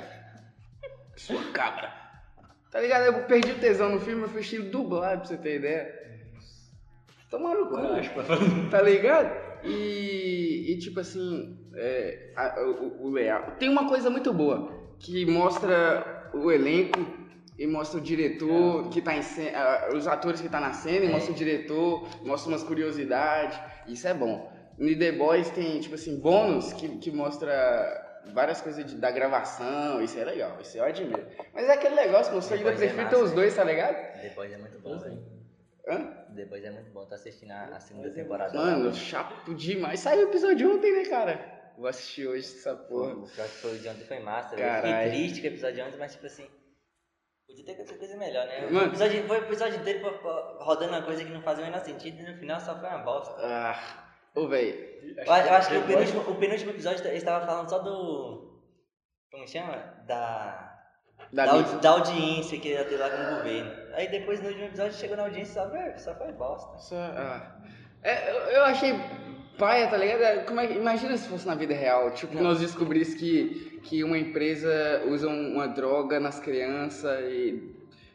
Sua cabra. Tá ligado? Eu perdi o tesão no filme, eu fui estilo dublado, pra você ter ideia. Toma no cu, Coragem pra tá ligado? E, e, tipo assim, é, a- o, o layout. Tem uma coisa muito boa, que mostra o elenco e mostra o É. diretor que tá em cena, ah, os atores que tá na cena, e mostra o diretor, mostra umas curiosidades, isso é bom. No The Boys tem, tipo assim, bônus que, que mostra várias coisas de- da gravação, isso é legal, isso eu admiro. Mas é aquele negócio, mostrou The ainda Boys é prefiro ter massa, os né? dois, tá ligado? Depois é muito Uhum. bom, velho. Hã? Depois é muito bom. Tô assistindo a, a segunda temporada. Mano, chato demais. Saiu o episódio ontem, né, cara? Vou assistir hoje essa porra. O pior que foi o de ontem foi massa, velho. Fiquei Caralho. triste que o episódio de ontem, mas tipo assim. Podia ter feito coisa melhor, né? O Mano. episódio, foi o episódio dele pô, pô, rodando uma coisa que não fazia o menor sentido e no final só foi uma bosta. Ah, ô, velho. Eu, acho- eu acho que o penúltimo, o penúltimo episódio ele estava falando só do. Como chama? Da. Da da, Miss. audi- da audiência que ia ter lá com o governo. Aí depois no último episódio chegou na audiência e só, foi- só foi bosta. Só- ah. É, eu, eu achei paia, tá ligado? É, Como é que- imagina se fosse na vida real. Tipo, nós descobrisse que, que uma empresa usa um, uma droga nas crianças e,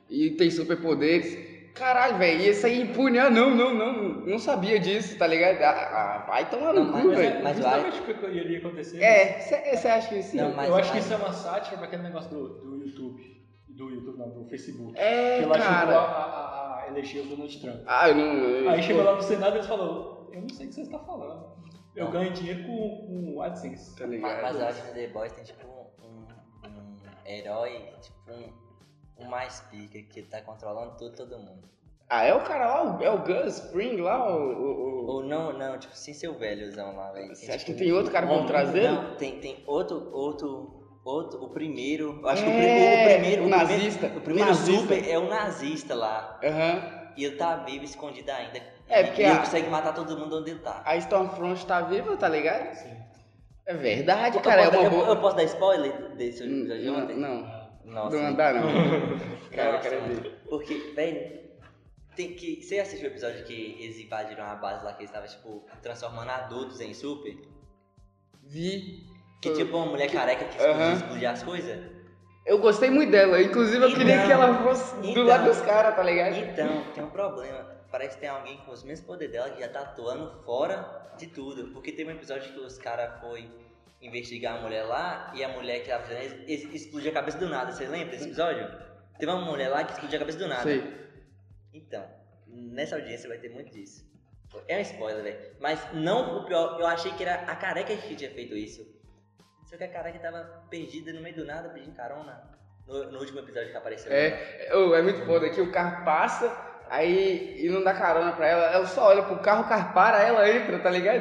e tem superpoderes. Caralho, velho, ia sair impune. Ah, não, não, não, não sabia disso, tá ligado? Ah, ah, vai tomar no Não, cu, mas- velho. mas vai. assim, Justamente o que iria acontecer. É, você acha que sim? Não, mas- eu acho que mas- isso é uma sátira pra aquele negócio do, do YouTube. Do YouTube, não, do Facebook. é, que lá chegou a, cara. a, a eleger o Donald Trump. Ah, eu não. eu- Aí chegou lá no Senado e eles falaram: Eu não sei o que você está falando. Eu ganho dinheiro com, com AdSense. Tá Mas, mas eu ligado? acho que o The Boys tem tipo um, um herói, tipo um, um mais pica que tá controlando tudo, todo mundo. Ah, é o cara lá, o- é o Gus Spring lá, o- o- o... Ou não, não, tipo, sem ser o velhozão lá, velho. Você acha que tipo, tem outro cara por um- trás dele? Não, tem, tem outro, outro, outro, o primeiro. Eu acho que o, É, pri- o primeiro. o O nazista, Primeiro, o primeiro nazista. super é o nazista lá. Aham. E ele tá vivo, escondido ainda. É, E- porque e ele a- consegue matar todo mundo onde ele tá. A Stormfront tá viva, tá ligado? Sim. É verdade, cara. É eu, posso, uma eu- eu boa. posso dar spoiler desse episódio de Não, ontem? não. Nossa, Não dá, não. *laughs* Cara, eu Nossa, quero mano. ver. Porque, velho, tem que. Você assistiu o episódio que eles invadiram a base lá que eles estavam, tipo, transformando adultos em super? Vi. Que Foi- tipo uma mulher careca que Aham. explodia, explodia as coisas? Eu gostei muito dela. Inclusive, eu queria Então, que ela fosse do então. lado dos caras, tá ligado? Então, tem um problema. Parece que tem alguém com os mesmos poderes dela que já tá atuando fora de tudo. Porque teve um episódio que os caras foi investigar a mulher lá e a mulher que tava fazendo es- es- explodiu a cabeça do nada. Você lembra desse episódio? Teve uma mulher lá que explodiu a cabeça do nada. Sei. Então, nessa audiência vai ter muito disso. É um spoiler, velho. Mas não o pior, eu achei que era a careca que tinha feito isso. Só que a careca tava perdida no meio do nada, pedindo carona. No, no último episódio que apareceu. ela. É, ô, é muito foda que o carro passa, aí e não dá carona pra ela. Ela só olha pro carro, o carro para, ela entra, tá ligado?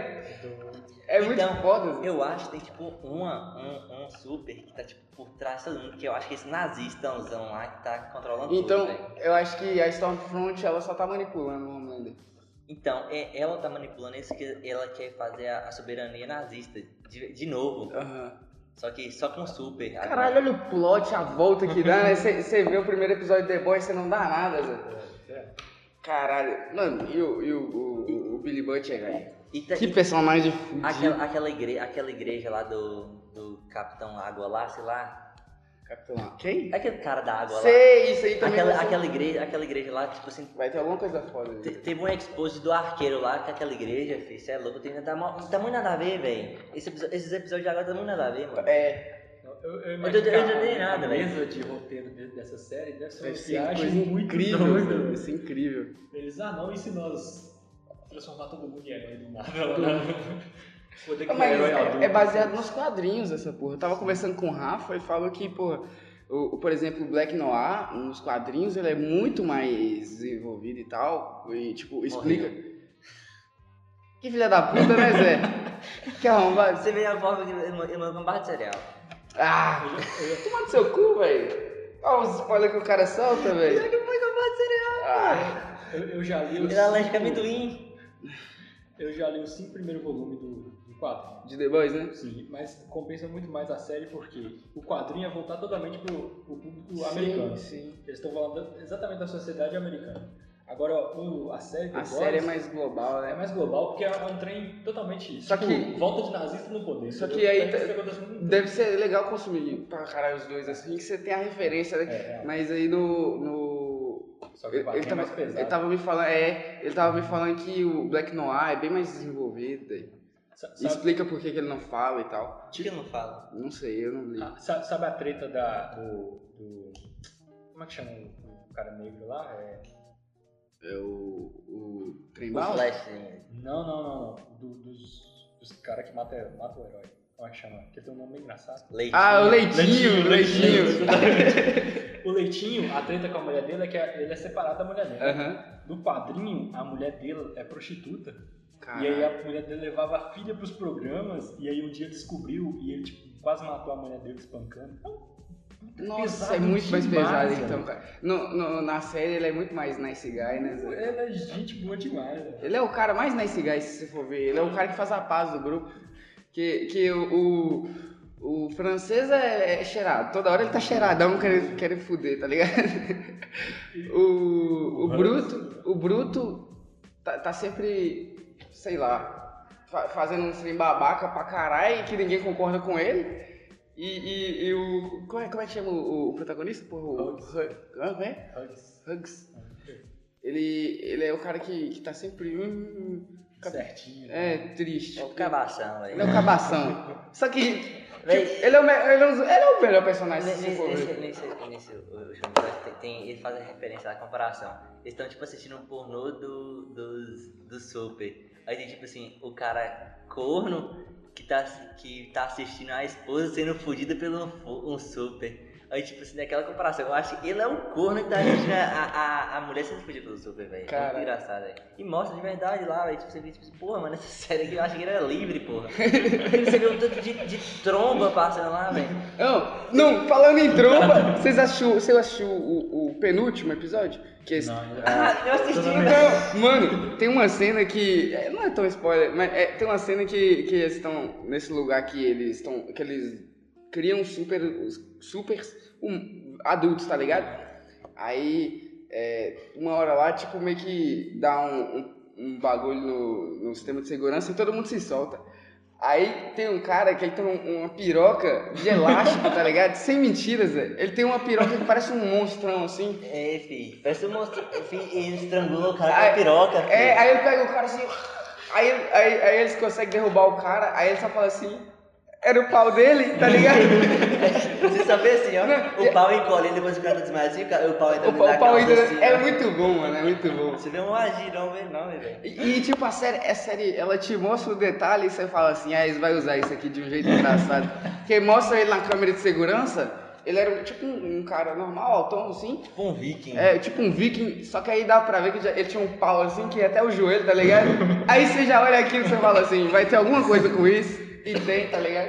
É muito Então, foda. Zé. Eu acho que tem tipo uma, um, um super que tá tipo por trás de todo mundo, que eu acho que esse nazistãozão lá que tá controlando Então, tudo, velho. eu acho que a Stormfront ela só tá manipulando o Homelander. Então, é, ela tá manipulando isso que ela quer fazer a, a soberania nazista de, de novo. Aham. Só que só com super. agora. Ah. Caralho, olha o plot, a volta que dá, né? Você vê o primeiro episódio de The Boys, você não dá nada, Zé. É. Caralho. Mano, e o, e o, o, o Billy Butcher, velho? E tá- Que e- personagem fudido. Aquela, aquela, igreja, aquela igreja lá do, do Capitão Água lá, sei lá. É Capitão. Quem? Aquele cara da água lá. Sei, isso aí também. Aquela, vai ser- aquela, igreja, aquela igreja lá, tipo assim. Vai ter alguma coisa foda. ali. te- Teve um expose do arqueiro lá com aquela igreja, filho. Cê é louco, tem, tá, mó- tá muito nada a ver, velho. Esse episo- esses episódios de agora tá muito nada a ver, mano. É, Eu, eu, Eu imagino tô- que eu a- não dei nada, a velho. mesa de roteiro de- dessa série deve ser vai uma ser uma coisa viagem muito incrível, doida. Zé, vai ser incrível. Eles, ah, não, e se nós transformar todo mundo em herói do nada lá? Poder Mas criar herói é, adulto. né? é baseado nos quadrinhos essa porra. Eu tava conversando com o Rafa e falou que, porra, o, o, por exemplo, o Black Noir, nos quadrinhos, ele é muito mais desenvolvido e tal. E, tipo, explica. Que filha da puta, né, *laughs* Zé? que arrombado. Você vê a forma que eu- eu mando um bar de cereal. Ah! Toma no seu cu, velho! Olha os spoilers que o cara solta, velho! que foi um bar de cereal? Ah, Eu, eu já li Ele é alérgico a os amendoim. Eu já li os cinco primeiros volumes do, do quadro. de The Boys, né? Sim, assim, mas compensa muito mais a série porque o quadrinho é voltado totalmente pro, pro público americano. Sim, sim. Eles estão falando exatamente da sociedade americana. Agora, ó, o- a série The A Boys série é mais global, é né? mais global porque é um trem totalmente. Só tipo, que- Volta de nazista no poder. Só entendeu? que aí Tem tá- isso acontece no mundo Deve ser legal consumir pra caralho os dois assim, que você tem a referência, né? É, é. Mas aí no. no... Só que o Ele, quadrinho ele é mais tava, pesado. ele tá tava me falando, é, ele tava me falando que o Black Noir é bem mais desenvolvido. velho. Sa- sabe- Explica por que, que ele não fala e tal. Por que eu não falo? Não sei, eu não li. Ah, sa- sabe a treta da, do, do- Como é que chama o o cara negro lá? É- É o. O trem O bala? Flash, né? sim. Não, não, não, não. Do- dos dos caras que matam mata o herói. Como é que chama? Que tem um nome bem engraçado. Leite. Ah, o leitinho, leitinho. O Leitinho, a treta com a mulher dele é que ele é separado da mulher dele. Aham. No padrinho, a mulher dele é prostituta. Caralho. E aí é a mulher dele levava a filha pros programas. E aí um dia descobriu e ele tipo, quase matou a mulher dele espancando. É um Nossa, Pesado é muito mais demais, pesado velho. então, cara. No, no- na série ele é muito mais nice guy, né? Zé? Ele é gente boa demais, né? velho. Ele é o cara mais nice guy, se você for ver. Ele é o cara que faz a paz do grupo. Que, que o, o, o francês é, é cheirado. Toda hora ele tá cheiradão querendo, querendo fuder, tá ligado? *laughs* O, o Bruto, o Bruto tá, tá sempre, sei lá, fa- fazendo um stream babaca pra caralho que ninguém concorda com ele. E, e, e o. Como é, como é que chama o, o protagonista? Porra, o. Hugs. Hug- Como é? Hugs. Ele, ele é o cara que, que tá sempre. hum, Certinho. né? é triste. É o cabação, velho. Ele é o cabação. Só que. tipo, Véi. ele, é o me- ele, é o- ele é o melhor personagem, se você Nesse, for ver. nesse, nesse, nesse o- o João Jorge tem, tem, ele faz a referência à comparação. Eles estão tipo assistindo um pornô do, dos, do Super. Aí tem tipo assim, o cara corno que tá, assi- que tá assistindo a esposa sendo fodida pelo um, fu- um Super. Aí tipo assim, daquela comparação, eu acho que ele é o corno que tá assistindo a, a, a mulher sendo fodida pelo Super, velho. É Cara. muito engraçado, velho. E mostra de verdade lá, velho. Tipo, você vê, tipo, assim, porra, mano, essa série aqui eu acho que era *laughs* livre, porra. você vê um tanto de, de tromba passando lá, velho. Não, não, falando em tromba, vocês assistiu, você assistiu o, o penúltimo episódio? Que é esse- Não, ele- Ah, eu assisti, Totalmente. velho. Não, mano, tem uma cena que. é, Não é tão spoiler, mas é, tem uma cena que, que eles estão nesse lugar que eles estão. que eles criam super. super hum, adultos, tá ligado? Aí, é, uma hora lá, tipo, meio que dá um, um- um bagulho no, no sistema de segurança e todo mundo se solta. Aí tem um cara que ele tem um- uma piroca de elástico, tá ligado? Sem mentiras, velho. Ele tem uma piroca que parece um monstrão, assim. É, fi, parece um monstro. Fi, ele estrangulou o cara com a piroca. fi. É, aí ele pega o cara assim. Aí, aí, aí eles conseguem derrubar o cara, aí ele só fala assim. Era o pau dele, tá ligado? Você só vê assim, ó. Não, o pau encolhe, depois o cara desmaia assim, o ca- o pau entra o, pau- o pau ainda. assim, É ó. muito bom, mano, é muito bom. Você vê um agir, não vê não, velho. E, e, tipo, a série, é série, ela te mostra o detalhe e você fala assim, ah, eles vão usar isso aqui de um jeito engraçado. Porque mostra ele na câmera de segurança, ele era um- tipo um, um cara normal, altão assim, Tipo um viking. é, tipo um viking, só que aí dá pra ver que já- ele tinha um pau assim, que ia até o joelho, tá ligado? Aí você já olha aquilo e você fala assim, vai ter alguma coisa com isso, e tem, tá ligado?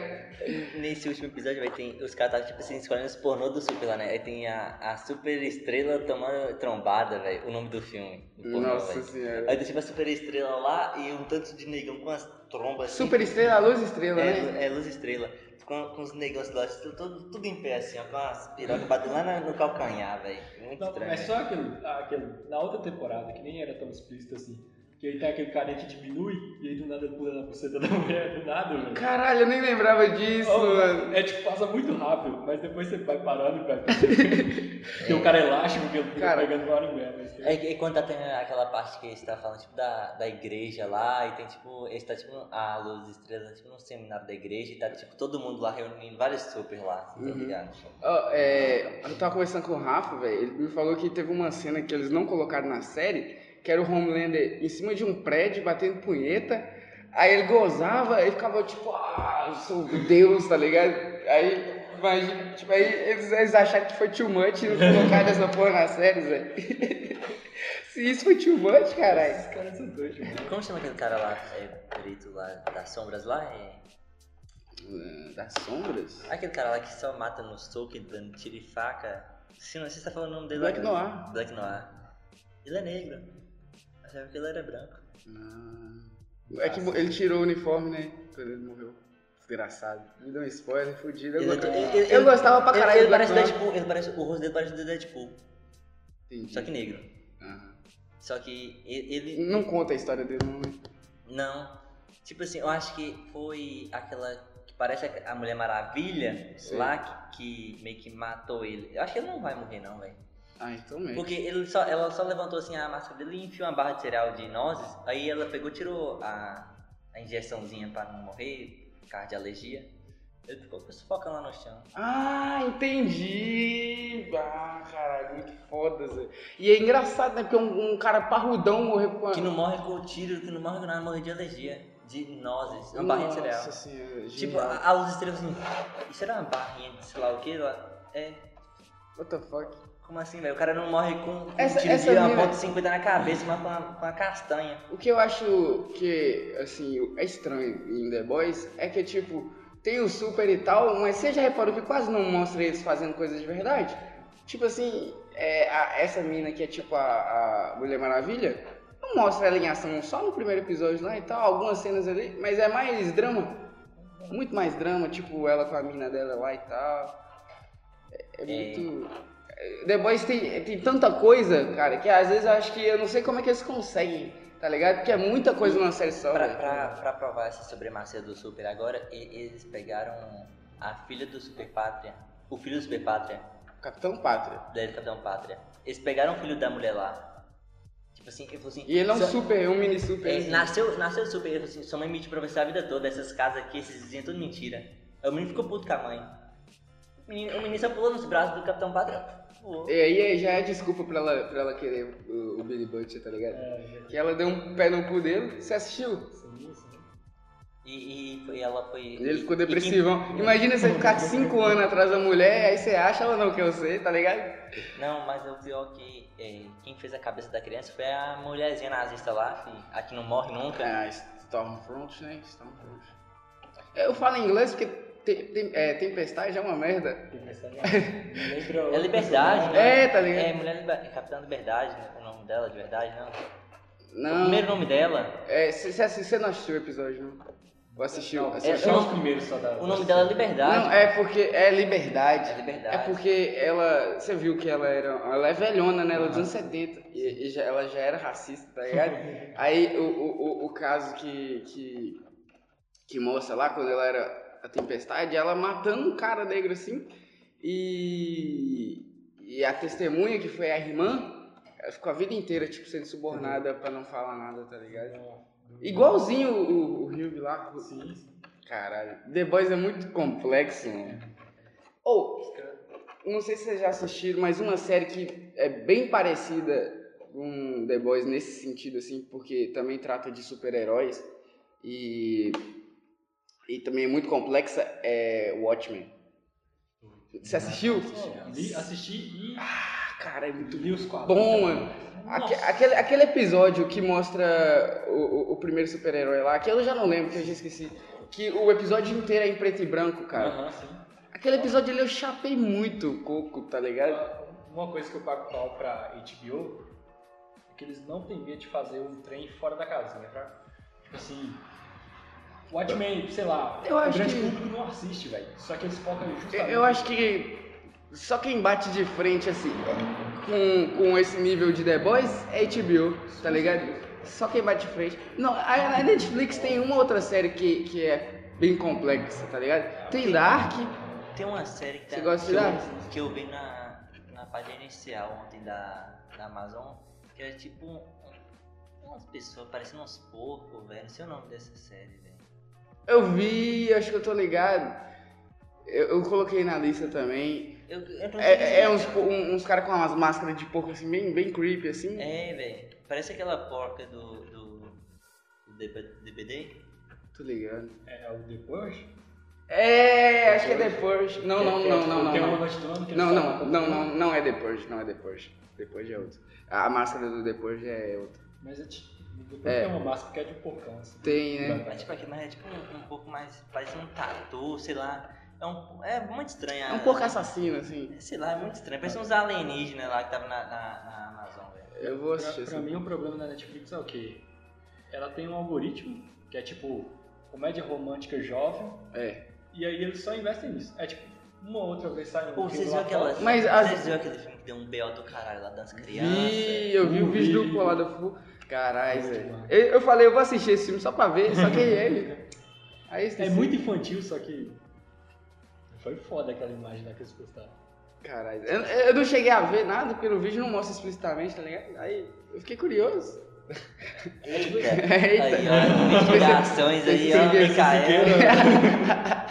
Nesse último episódio, velho, tem os caras tá, tipo assim, escolhendo os pornô do super lá, né? Aí tem a, a super estrela tomando trombada, velho. O nome do filme. do pornô, Nossa velho. senhora. Aí tem tipo a super estrela lá e um tanto de negão com as trombas assim, Super estrela, luz estrela, É, né? lu- é luz estrela. Com, com os negócios lá, tudo, tudo, tudo em pé, assim, ó, com as pirocas batendo lá na- no calcanhar, velho. Muito Não, estranho. é só aquele, aquele. Na outra temporada, que nem era tão explícito assim. Que aí tá aquele carinha que diminui e aí do nada ele pula na buceta da mulher, do nada, velho. Caralho, eu nem lembrava disso, É. mano. É tipo, passa muito rápido, mas depois você vai parando *laughs* e vai percebendo. Tem um cara elástico que ele fica Cara. pegando uma mulher, mas tem- É que- e quando tá tendo aquela parte que você tá falando, tipo, da, da igreja lá, e tem, tipo, eles tá, tipo, a luz estrela, tipo, num seminário da igreja, e tá, tipo, todo mundo lá reunindo vários super lá, Uhum. tá ligado? Ó, é, eu tava conversando com o Rafa, velho. Ele me falou que teve uma cena que eles não colocaram na série, que era o Homelander em cima de um prédio batendo punheta. Aí ele gozava e ficava tipo, ah, eu sou Deus, tá ligado? Aí, imagina, tipo, aí eles, eles acharam que foi too much e não colocaram essa porra na série, velho. *laughs* Se isso foi too much, caralho. Esses caras são doidos, mano. Como chama aquele cara lá, é, preto lá, das sombras lá? É... Das sombras? Aquele cara lá que só mata no soco, e dando tiro e faca. Se não, você tá falando o nome dele Black agora. Noir. Black Noir. Ele é negro. Achava que ele era branco. É que ele tirou o uniforme, né? Quando ele morreu. Desgraçado. Me deu um spoiler fudido. Eu, Ele- gostava- ele- ele- eu gostava pra ele- caralho Ele, do Black parece Noir. Deadpool, ele parece, o rosto dele parece do Deadpool, Entendi. só que negro. Aham. Só que ele, ele- Não conta a história dele, não. né? não. Tipo assim, eu acho que foi aquela que parece a a Mulher Maravilha Sim. lá que, que meio que matou ele. Eu acho que ele não vai morrer não, velho. Ah, então mesmo. Porque ele só, ela só levantou assim a máscara dele e enfiou uma barra de cereal de nozes. Aí ela pegou, tirou a, a injeçãozinha pra não morrer, por causa de alergia. Ele ficou sufocando lá no chão. Ah, entendi. Ah, caralho, muito foda, Zé. E é engraçado, né? Porque um, um cara parrudão morreu com a... Que não morre com o tiro, que não morre com nada, morre de alergia. De nozes, uma barrinha é um de cereal. Nossa senhora, Tipo, genial. a, a luz estrela assim, isso era uma barrinha de sei lá o que lá? É, What the fuck? como assim, velho? O cara não morre com, com Essa- um tiro essa de uma mina- ponta 50 na cabeça, mas com uma, com uma castanha. O que eu acho que, assim, é estranho em The Boys é que, tipo, tem o Super e tal, mas você já reparou que quase não mostra eles fazendo coisas de verdade? Tipo assim, é, a- essa mina que é tipo a, a Mulher Maravilha, não mostra ela em ação só no primeiro episódio lá e tal, algumas cenas ali, mas é mais drama. Muito mais drama, tipo ela com a mina dela lá e tal. É, é É. muito. é, The Boys tem, tem tanta coisa, cara, que às vezes eu acho que eu não sei como é que eles conseguem, tá ligado? Porque é muita coisa numa série só. né? Pra, velho. pra, pra provar essa supremacia do Super agora, e- eles pegaram a filha do Super Pátria, o filho do Super Pátria, Capitão Pátria. da Capitão Pátria. Eles pegaram o filho da mulher lá. Tipo assim, ele falou assim. E ele é um "Sua- super, um mini super. ele assim. nasceu, nasceu super, ele falou assim, sua mãe mentiu pra você a vida toda, essas casas aqui, esses vizinhos, é tudo mentira. Aí o menino ficou puto com a mãe. O menino, o menino só pulou nos braços do Capitão Pátria. Voou. E aí já é desculpa pra ela, pra ela querer o, o Billy Butcher, tá ligado? É, Que ela deu um pé no cu dele, você assistiu? sim, sim. E, e foi- ela foi. E ele ficou e quem- depressivão. Imagina você ficar cinco anos atrás da mulher, aí você acha ela não quer você, tá ligado? Não, mas o pior que é, quem fez a cabeça da criança foi a mulherzinha nazista lá, fi, a que não morre nunca. Ah, Stormfront, né? Stormfront. Eu falo em inglês porque te- tem- é, tempestade é uma merda. Tem *laughs* essa- Lembra É outro liberdade, personagem. né? É, tá ligado? É, mulher liberdade, Capitã Liberdade, né? o nome dela de verdade, não. Ah. O Não. primeiro nome dela, É, você você assi- você não assistiu o episódio, não? Ou assistiu? Não, assistiu? é só os primeiros só da. um- o nome dela é Liberdade. Não, é porque é liberdade. É liberdade. É porque ela. Você viu que ela era. Ela é velhona, né? Ela é dos anos 70. E, e já- ela já era racista, tá ligado? Aí o, o, o, o caso que, que. Que mostra lá, quando ela era a tempestade, ela matando um cara negro assim. E. E a testemunha, que foi a irmã, ela ficou a vida inteira, tipo, sendo subornada pra não falar nada, tá é ligado? Igualzinho o, o Hugh lá. Sim, sim. Caralho, The Boys é muito complexo, mano. Ou, não sei se vocês já assistiram, mas uma série que é bem parecida com The Boys nesse sentido, assim, porque também trata de super-heróis e, e também é muito complexa, é Watchmen. Você assistiu? Li, assisti e Ah, cara, é muito li os quadros. bom, mano. Aque- Aquele, aquele episódio que mostra o, o- o primeiro super-herói lá, que eu já não lembro, que eu já esqueci. Que o episódio inteiro é em preto e branco, cara. Aham, sim. Aquele episódio ali eu chapei muito o coco, tá ligado? Uma coisa que eu pago pau pra HBO é que eles não têm medo de fazer um trem fora da casinha, pra, tipo assim. Watchmen, sei lá, Eu acho o grande que- público não assiste, velho. Só que eles focam justamente. Eu, eu acho que só quem bate de frente, assim, com, com esse nível de The Boys é HBO, tá ligado? Só quem bate de frente. Não, a, a Netflix tem uma outra série que, que é bem complexa, tá ligado? Tem Dark. Tem uma série que, tá, Você gosta de que, Dark? eu, que eu vi na, na página inicial ontem da, da Amazon, que era tipo um- um- umas pessoas parecendo uns porcos, velho. Não sei o nome dessa série, velho. Eu vi, acho que eu tô ligado. Eu, eu coloquei na lista também. Eu, eu não sei dizer, É, é uns, cara. po- um- uns caras com umas máscaras de porco assim, bem, bem creepy, assim. É, velho. Parece aquela porca do. do. do DB DBD. Tô ligado. É o The Purge? É, acho que é The Purge. Não, não, Que- que não, é, não, Tem uma não. noite do ano que Não, eles não, falam- não, não, não é The Purge, não é The Purge. The Purge é outro. A máscara do The Purge é outra. Mas é tipo. o The Purge É. tem uma máscara que é de porcão, assim. Tem, né? Mas tipo aqui, mas é tipo um, um pouco mais. Parece um tatu, sei lá. É, um, é muito estranho. É a- um porco assassino, assim. é, Sei lá, é muito estranho. Parece uns alienígenas lá que tava na, na, na Amazon, velho. Eu vou Pra, assistir pra assim. mim, o problema da Netflix é o quê? Ela tem um algoritmo que é tipo comédia romântica jovem, É. e aí eles só investem nisso. É tipo, uma ou outra vez sai um. Pô, filme vocês lá viram aquela. fora. Mas as- vocês viram aquele filme que deu um B.O. do caralho lá das crianças? Vi, eu Uhum. vi o vídeo do Vi. Colado Fu. Caralho, velho. Eu eu falei, eu vou assistir esse filme só pra ver, só que é *laughs* ele. Aí eu É esqueci. muito infantil, só que. Foi foda aquela imagem lá que eles postaram. Caralho, eu, eu não cheguei a ver nada, porque no vídeo não mostra explicitamente, tá ligado? Aí eu fiquei *laughs* curioso. É, então, Eita. Eita. É, tipo, Aí, ó, investigações aí, ó. Esse- esse- né? Micaela.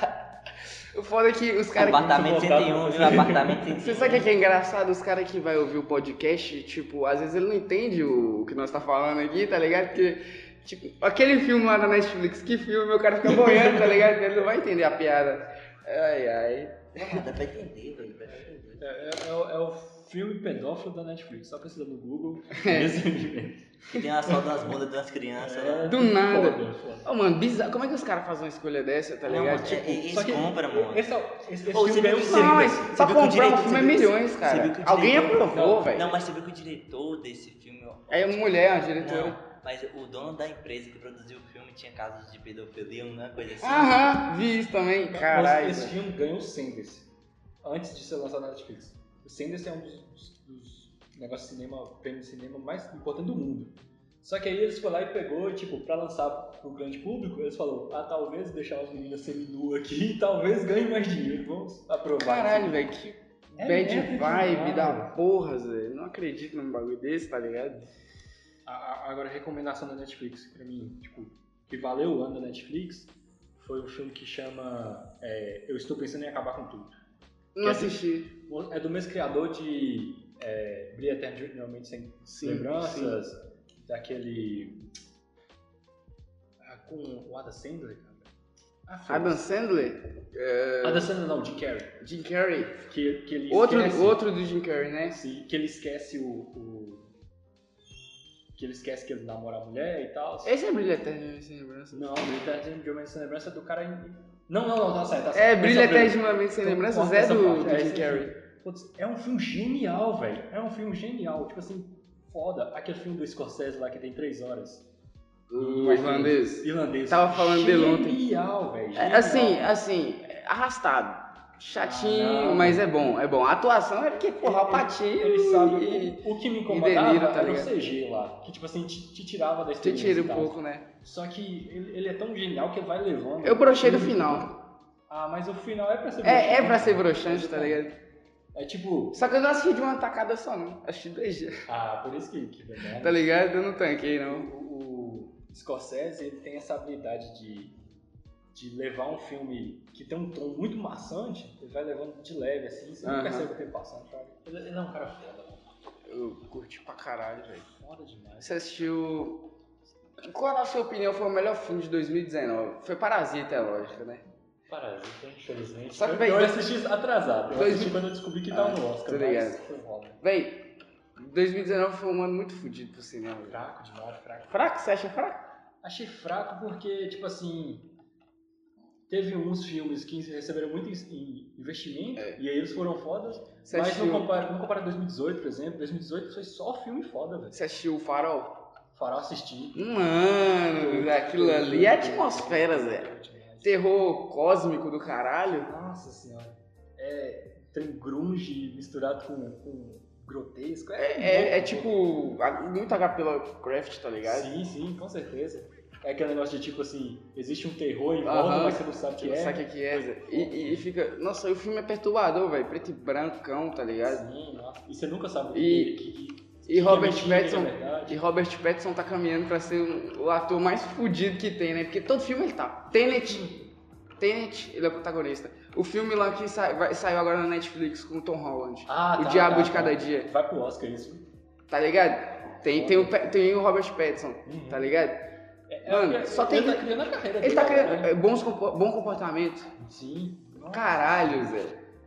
O foda é que os caras. Apartamento Muito voltado 101, pra viu? você. Apartamento 101. Você sabe o que é engraçado? Os caras que vai ouvir o podcast, tipo, às vezes ele não entende o que nós tá falando aqui, tá ligado? Porque, tipo, aquele filme lá da Netflix, que filme, o cara fica boiando, tá ligado? Ele não vai entender a piada. Ai, ai. Não, dá pra entender, velho. Dá pra entender. É, é- é o- é o Filme pedófilo da Netflix. Só precisa *laughs* no Google. É. Resumidamente. Que tem umas fotos das bundas das crianças. É, lá. Do nada. foda, foda. Ô, mano, bizarro. Como é que os caras fazem uma escolha dessa, tá Não, ligado? mas tipo, é- é- Só eles que compram, mano. Esse, é o- esse, esse Ô, você filme é viu que um não, você- filme. mas viu que pra o comprar direito- um filme é você viu que- milhões, você cara. viu que o Alguém diretor- aprovou, velho. Não, mas você viu que o diretor desse filme. ó, tipo, É uma mulher, uma diretora. Não, mas o dono da empresa que produziu o filme tinha casos de pedofilia, uma coisa assim. Aham, vi isso também, caralho. Esse filme ganhou o Senders. Antes de ser lançado na Netflix. O Senders é um dos, dos- dos negócios de cinema, prêmio de cinema mais importante do mundo. Só que aí eles foram lá e pegou, e, tipo, pra lançar pro grande público, eles falaram, ah, talvez deixar as meninas seminuas aqui, *laughs* talvez ganhe mais dinheiro, vamos aprovar. Caralho, velho, que tipo bad É merda vibe demais, da velho. porra, Zé. Eu Não acredito num bagulho desse, tá ligado? A- a- Agora, a recomendação da Netflix pra mim, tipo, que valeu o ano da Netflix, foi um filme que chama é, Eu Estou Pensando em Acabar com Tudo. Não Quer assisti. É do mesmo criador de é, Brilha Eterno de Geralmente Sem Sim, Lembranças, daquele... ah, com o Adam Sandler, cara. Ah, foi. Adam Sandler? Adam Sandler não, Jim Carrey. Jim Carrey. Que, que ele Outro, esquece, outro do Jim Carrey, né? se- que ele esquece o, o- Que ele esquece que ele namora a mulher e tal. Esse é Brilho né, Eterno de Sem Lembrança. Não, Brilho Eterno de Homem Sem Lembrança é do cara. em- Não, não, não, tá certo. Tá certo. É, Brilho Essa Eterno de Uma Mente Sem Lembranças Então, Corta é essa do, parte, do é Jim esse Carry. Putz, é um filme genial, velho. É um filme genial. Tipo assim, foda. Aquele filme do Scorsese lá que tem três horas. O irlandês. Irlandês. Tava falando dele ontem. Genial, velho. É, genial. Assim, assim, arrastado. Chatinho, Ah, não. mas é bom, é bom. A atuação é porque, porra, Ele- Alpatino Ele sabe. e o- O que me De incomodava Niro, tá era o ligado? CG lá. Que, tipo assim, te, te tirava da te experiência. tira um e tal. pouco, né? Só que ele, ele é tão genial que ele vai levando. Eu brochei no Ele- final. Ah, mas o final é pra ser É, é broxante. pra ser broxante, tá ligado? É tipo. Só que eu não assisti de uma tacada só, não. Assisti dois dias, Ah, por isso que. que deu merda. tá ligado? Eu não tanquei, não. né, O, o Scorsese ele tem essa habilidade de, de levar um filme que tem um tom muito maçante, ele vai levando de leve, assim, você Aham. não percebe o tempo passando. cara. Ele, ele é um cara foda, mano. é Eu curti pra caralho, velho. foda demais. Você assistiu... Qual na sua opinião foi o melhor filme de 2019? Foi Parasita, é lógico, né? Parasita, infelizmente. Só que, eu, véi, eu dois- assisti isso atrasado. Eu dois assisti mil- quando eu descobri que dá né? Ah, um Oscar, tô mas ligado. foi foda. Véi, 2019 foi um ano muito fodido pro cinema, velho. Fraco demais, fraco. Fraco? Você acha fraco? Achei fraco porque, tipo assim. Teve uns filmes que receberam muito in- in- investimento É. e aí eles foram fodas, Você Mas não assistiu- compara, não compara 2018, por exemplo. 2018 foi só filme foda, velho. Você assistiu o Farol? Farol assistir. Mano, aquilo ali é atmosfera, Zé. Terror cósmico do caralho. Nossa senhora. É. Tem grunge misturado com, com grotesco. É, É, é- é tipo, a- muito HP Lovecraft, tá ligado? Sim, sim, com certeza. É aquele negócio de tipo assim: existe um terror em Aham. volta, mas você não sabe o que é. Sabe o que é, Zé? E, e- e fica. Nossa, o filme é perturbador, velho. Preto e brancão, tá ligado? Sim, nossa. E você nunca sabe o E- que, que, que E Robert mentira, Pattinson. na verdade. E Robert Pattinson tá caminhando pra ser um- o ator mais fudido que tem, né? Porque todo filme ele tá. Tenet. Tenet, ele é o protagonista. O filme lá que sa- vai- saiu agora na Netflix com o Tom Holland. Ah, o tá, Diabo tá, de tá. Cada Dia. Vai pro Oscar isso. Tá ligado? Tem, tem, o, Pe- tem o Robert Pattinson, Uhum. tá ligado? É- é Mano, porque só ele tem- tá criando a carreira Ele dele tá agora, criando né? é, bons, compo- bom comportamento. Sim. Nossa. Caralho, Zé.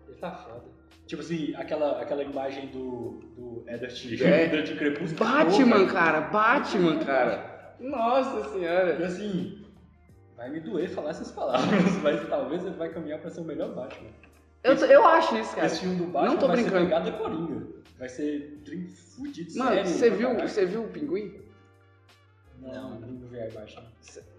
Ele tá foda. Tipo assim, aquela, aquela imagem do, do Edward, É. Edward de Crepúsculo. Batman, Pô, cara. Batman, cara. Nossa velho. senhora. assim, vai me doer falar essas palavras, *laughs* mas talvez ele vai caminhar pra ser o melhor Batman. Eu, tô- eu acho isso, cara. Esse filme do Batman não tô vai brincando. ser pegada Coringa. Vai ser trim fudido, Mano, sério. você pra viu, caralho. você viu o pinguim? Não, não vi a imagem.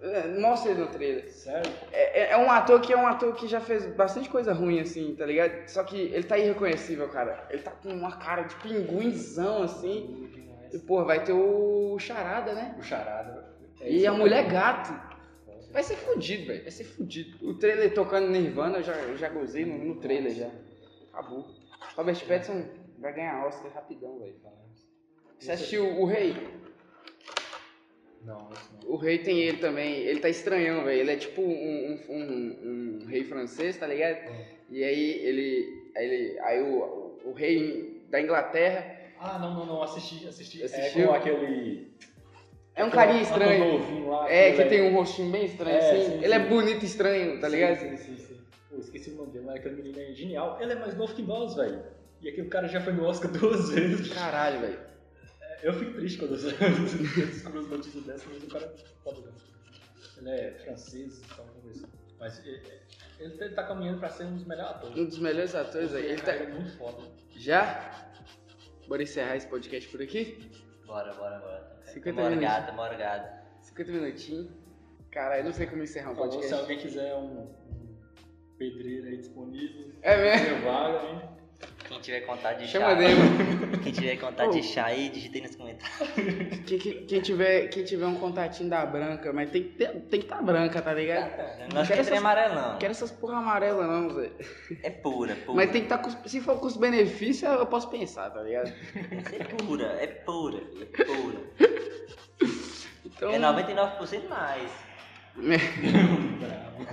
É, Mostra ele no trailer. Sério? É, é- é um ator que é um ator que já fez bastante coisa ruim, assim, tá ligado? Só que ele tá irreconhecível, cara. Ele tá com uma cara de pinguinzão, assim. E, porra, vai ter o Charada, né? O Charada. É E isso, a né? mulher gato. Vai ser fudido, velho. Vai ser fudido. O trailer tocando Nirvana, eu já, eu já gozei no, no trailer já. Acabou. Robert Pattinson vai ganhar Oscar rapidão, velho. Você assistiu O Rei? Não, isso não. O Rei tem ele também. Ele tá estranhão, velho. Ele é tipo um, um- um- um rei francês, tá ligado? É. E aí ele. Aí, ele, aí o, o- o rei da Inglaterra Ah, não, não, não. Assisti, assisti. É Assistiu? com aquele... é um carinha estranho. É, que tem um rostinho bem estranho, É, assim. sim, Ele é sim. bonito e estranho, tá ligado? Sim, sim, sim. Pô, esqueci o nome dele, mas aquele menino é genial. Ele é mais novo que nós, velho. E aqui o cara já foi no Oscar *laughs* duas vezes. Caralho, velho. Eu fico triste *laughs* quando eu descubro as notícias dessas, mas o cara tá doido. Ele é francês, então vamos ver se- Mas ele, ele tá- ele tá caminhando pra ser um dos melhores atores. Um dos melhores atores aí. Ele Ele tá tá... é muito foda. Já? Bora encerrar esse podcast por aqui? Bora, bora, bora. 50 Mora minutos. gata, mora gata. 50 minutinhos. Caralho, não sei como encerrar um Falou, se podcast. alguém quiser um, um pedreiro aí disponível, É mesmo? tem vaga, hein? Quem tiver contato de Chama chá. Dema. Quem tiver contato Oh. de chá aí, digitei nos comentários. Quem, quem- quem tiver, quem tiver um contatinho da branca, mas tem que ter- tem que tá branca, tá ligado? Não Não gosto quero que é essas- amarelão. Não quero essas porra amarela não, Zé. É pura, pura. Mas tem que estar com. Se for custo-benefício, eu posso pensar, tá ligado? É pura, é pura, é pura. Então. É 99% mais. Bravo.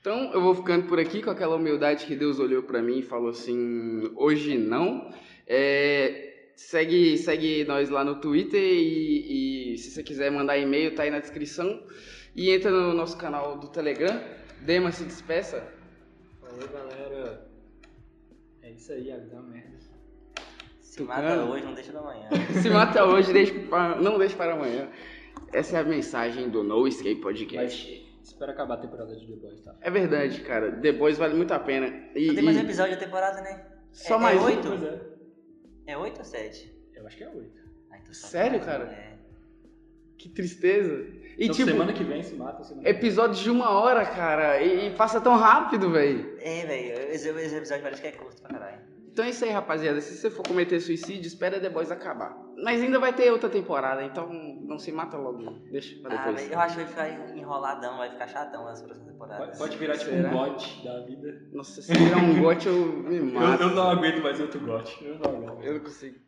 Então eu vou ficando por aqui com aquela humildade que Deus olhou pra mim e falou assim: hoje não. É, segue, segue nós lá no Twitter e, e se você quiser mandar e-mail, tá aí na descrição. E entra no nosso canal do Telegram. Dema se despeça. Falou, galera. É isso aí, a vida é uma merda. Se Tucano. mata hoje, não deixa *laughs* da manhã. Se mata hoje, deixa pra- não deixe para amanhã. Essa é a mensagem do No Escape Podcast. Mas espero acabar a temporada de The Boys, tá? É verdade, cara. Depois vale muito a pena. E, Só tem mais um e episódio da temporada, né? só é- é mais um. oito? Pois é. É 8 ou Ah, 7? Eu acho que é oito. Sério, cara? É. Que tristeza. E então, tipo, semana que vem se mata. Semana que vem. episódio de uma hora, cara. E, e passa tão rápido, velho. É, velho, esse, esse episódio parece que é curto pra caralho. Então é isso aí, rapaziada. Se você for cometer suicídio, espera The Boys acabar. Mas ainda vai ter outra temporada, então não se mata logo. não. Deixa pra Ah, depois. velho, eu acho que vai ficar enroladão, vai ficar chatão as próximas temporadas. Pode- Pode virar tipo Será? um gote da vida. Nossa, se virar um gote, eu me mato. Eu, eu não aguento mais outro gote. Eu não aguento. Eu não consigo.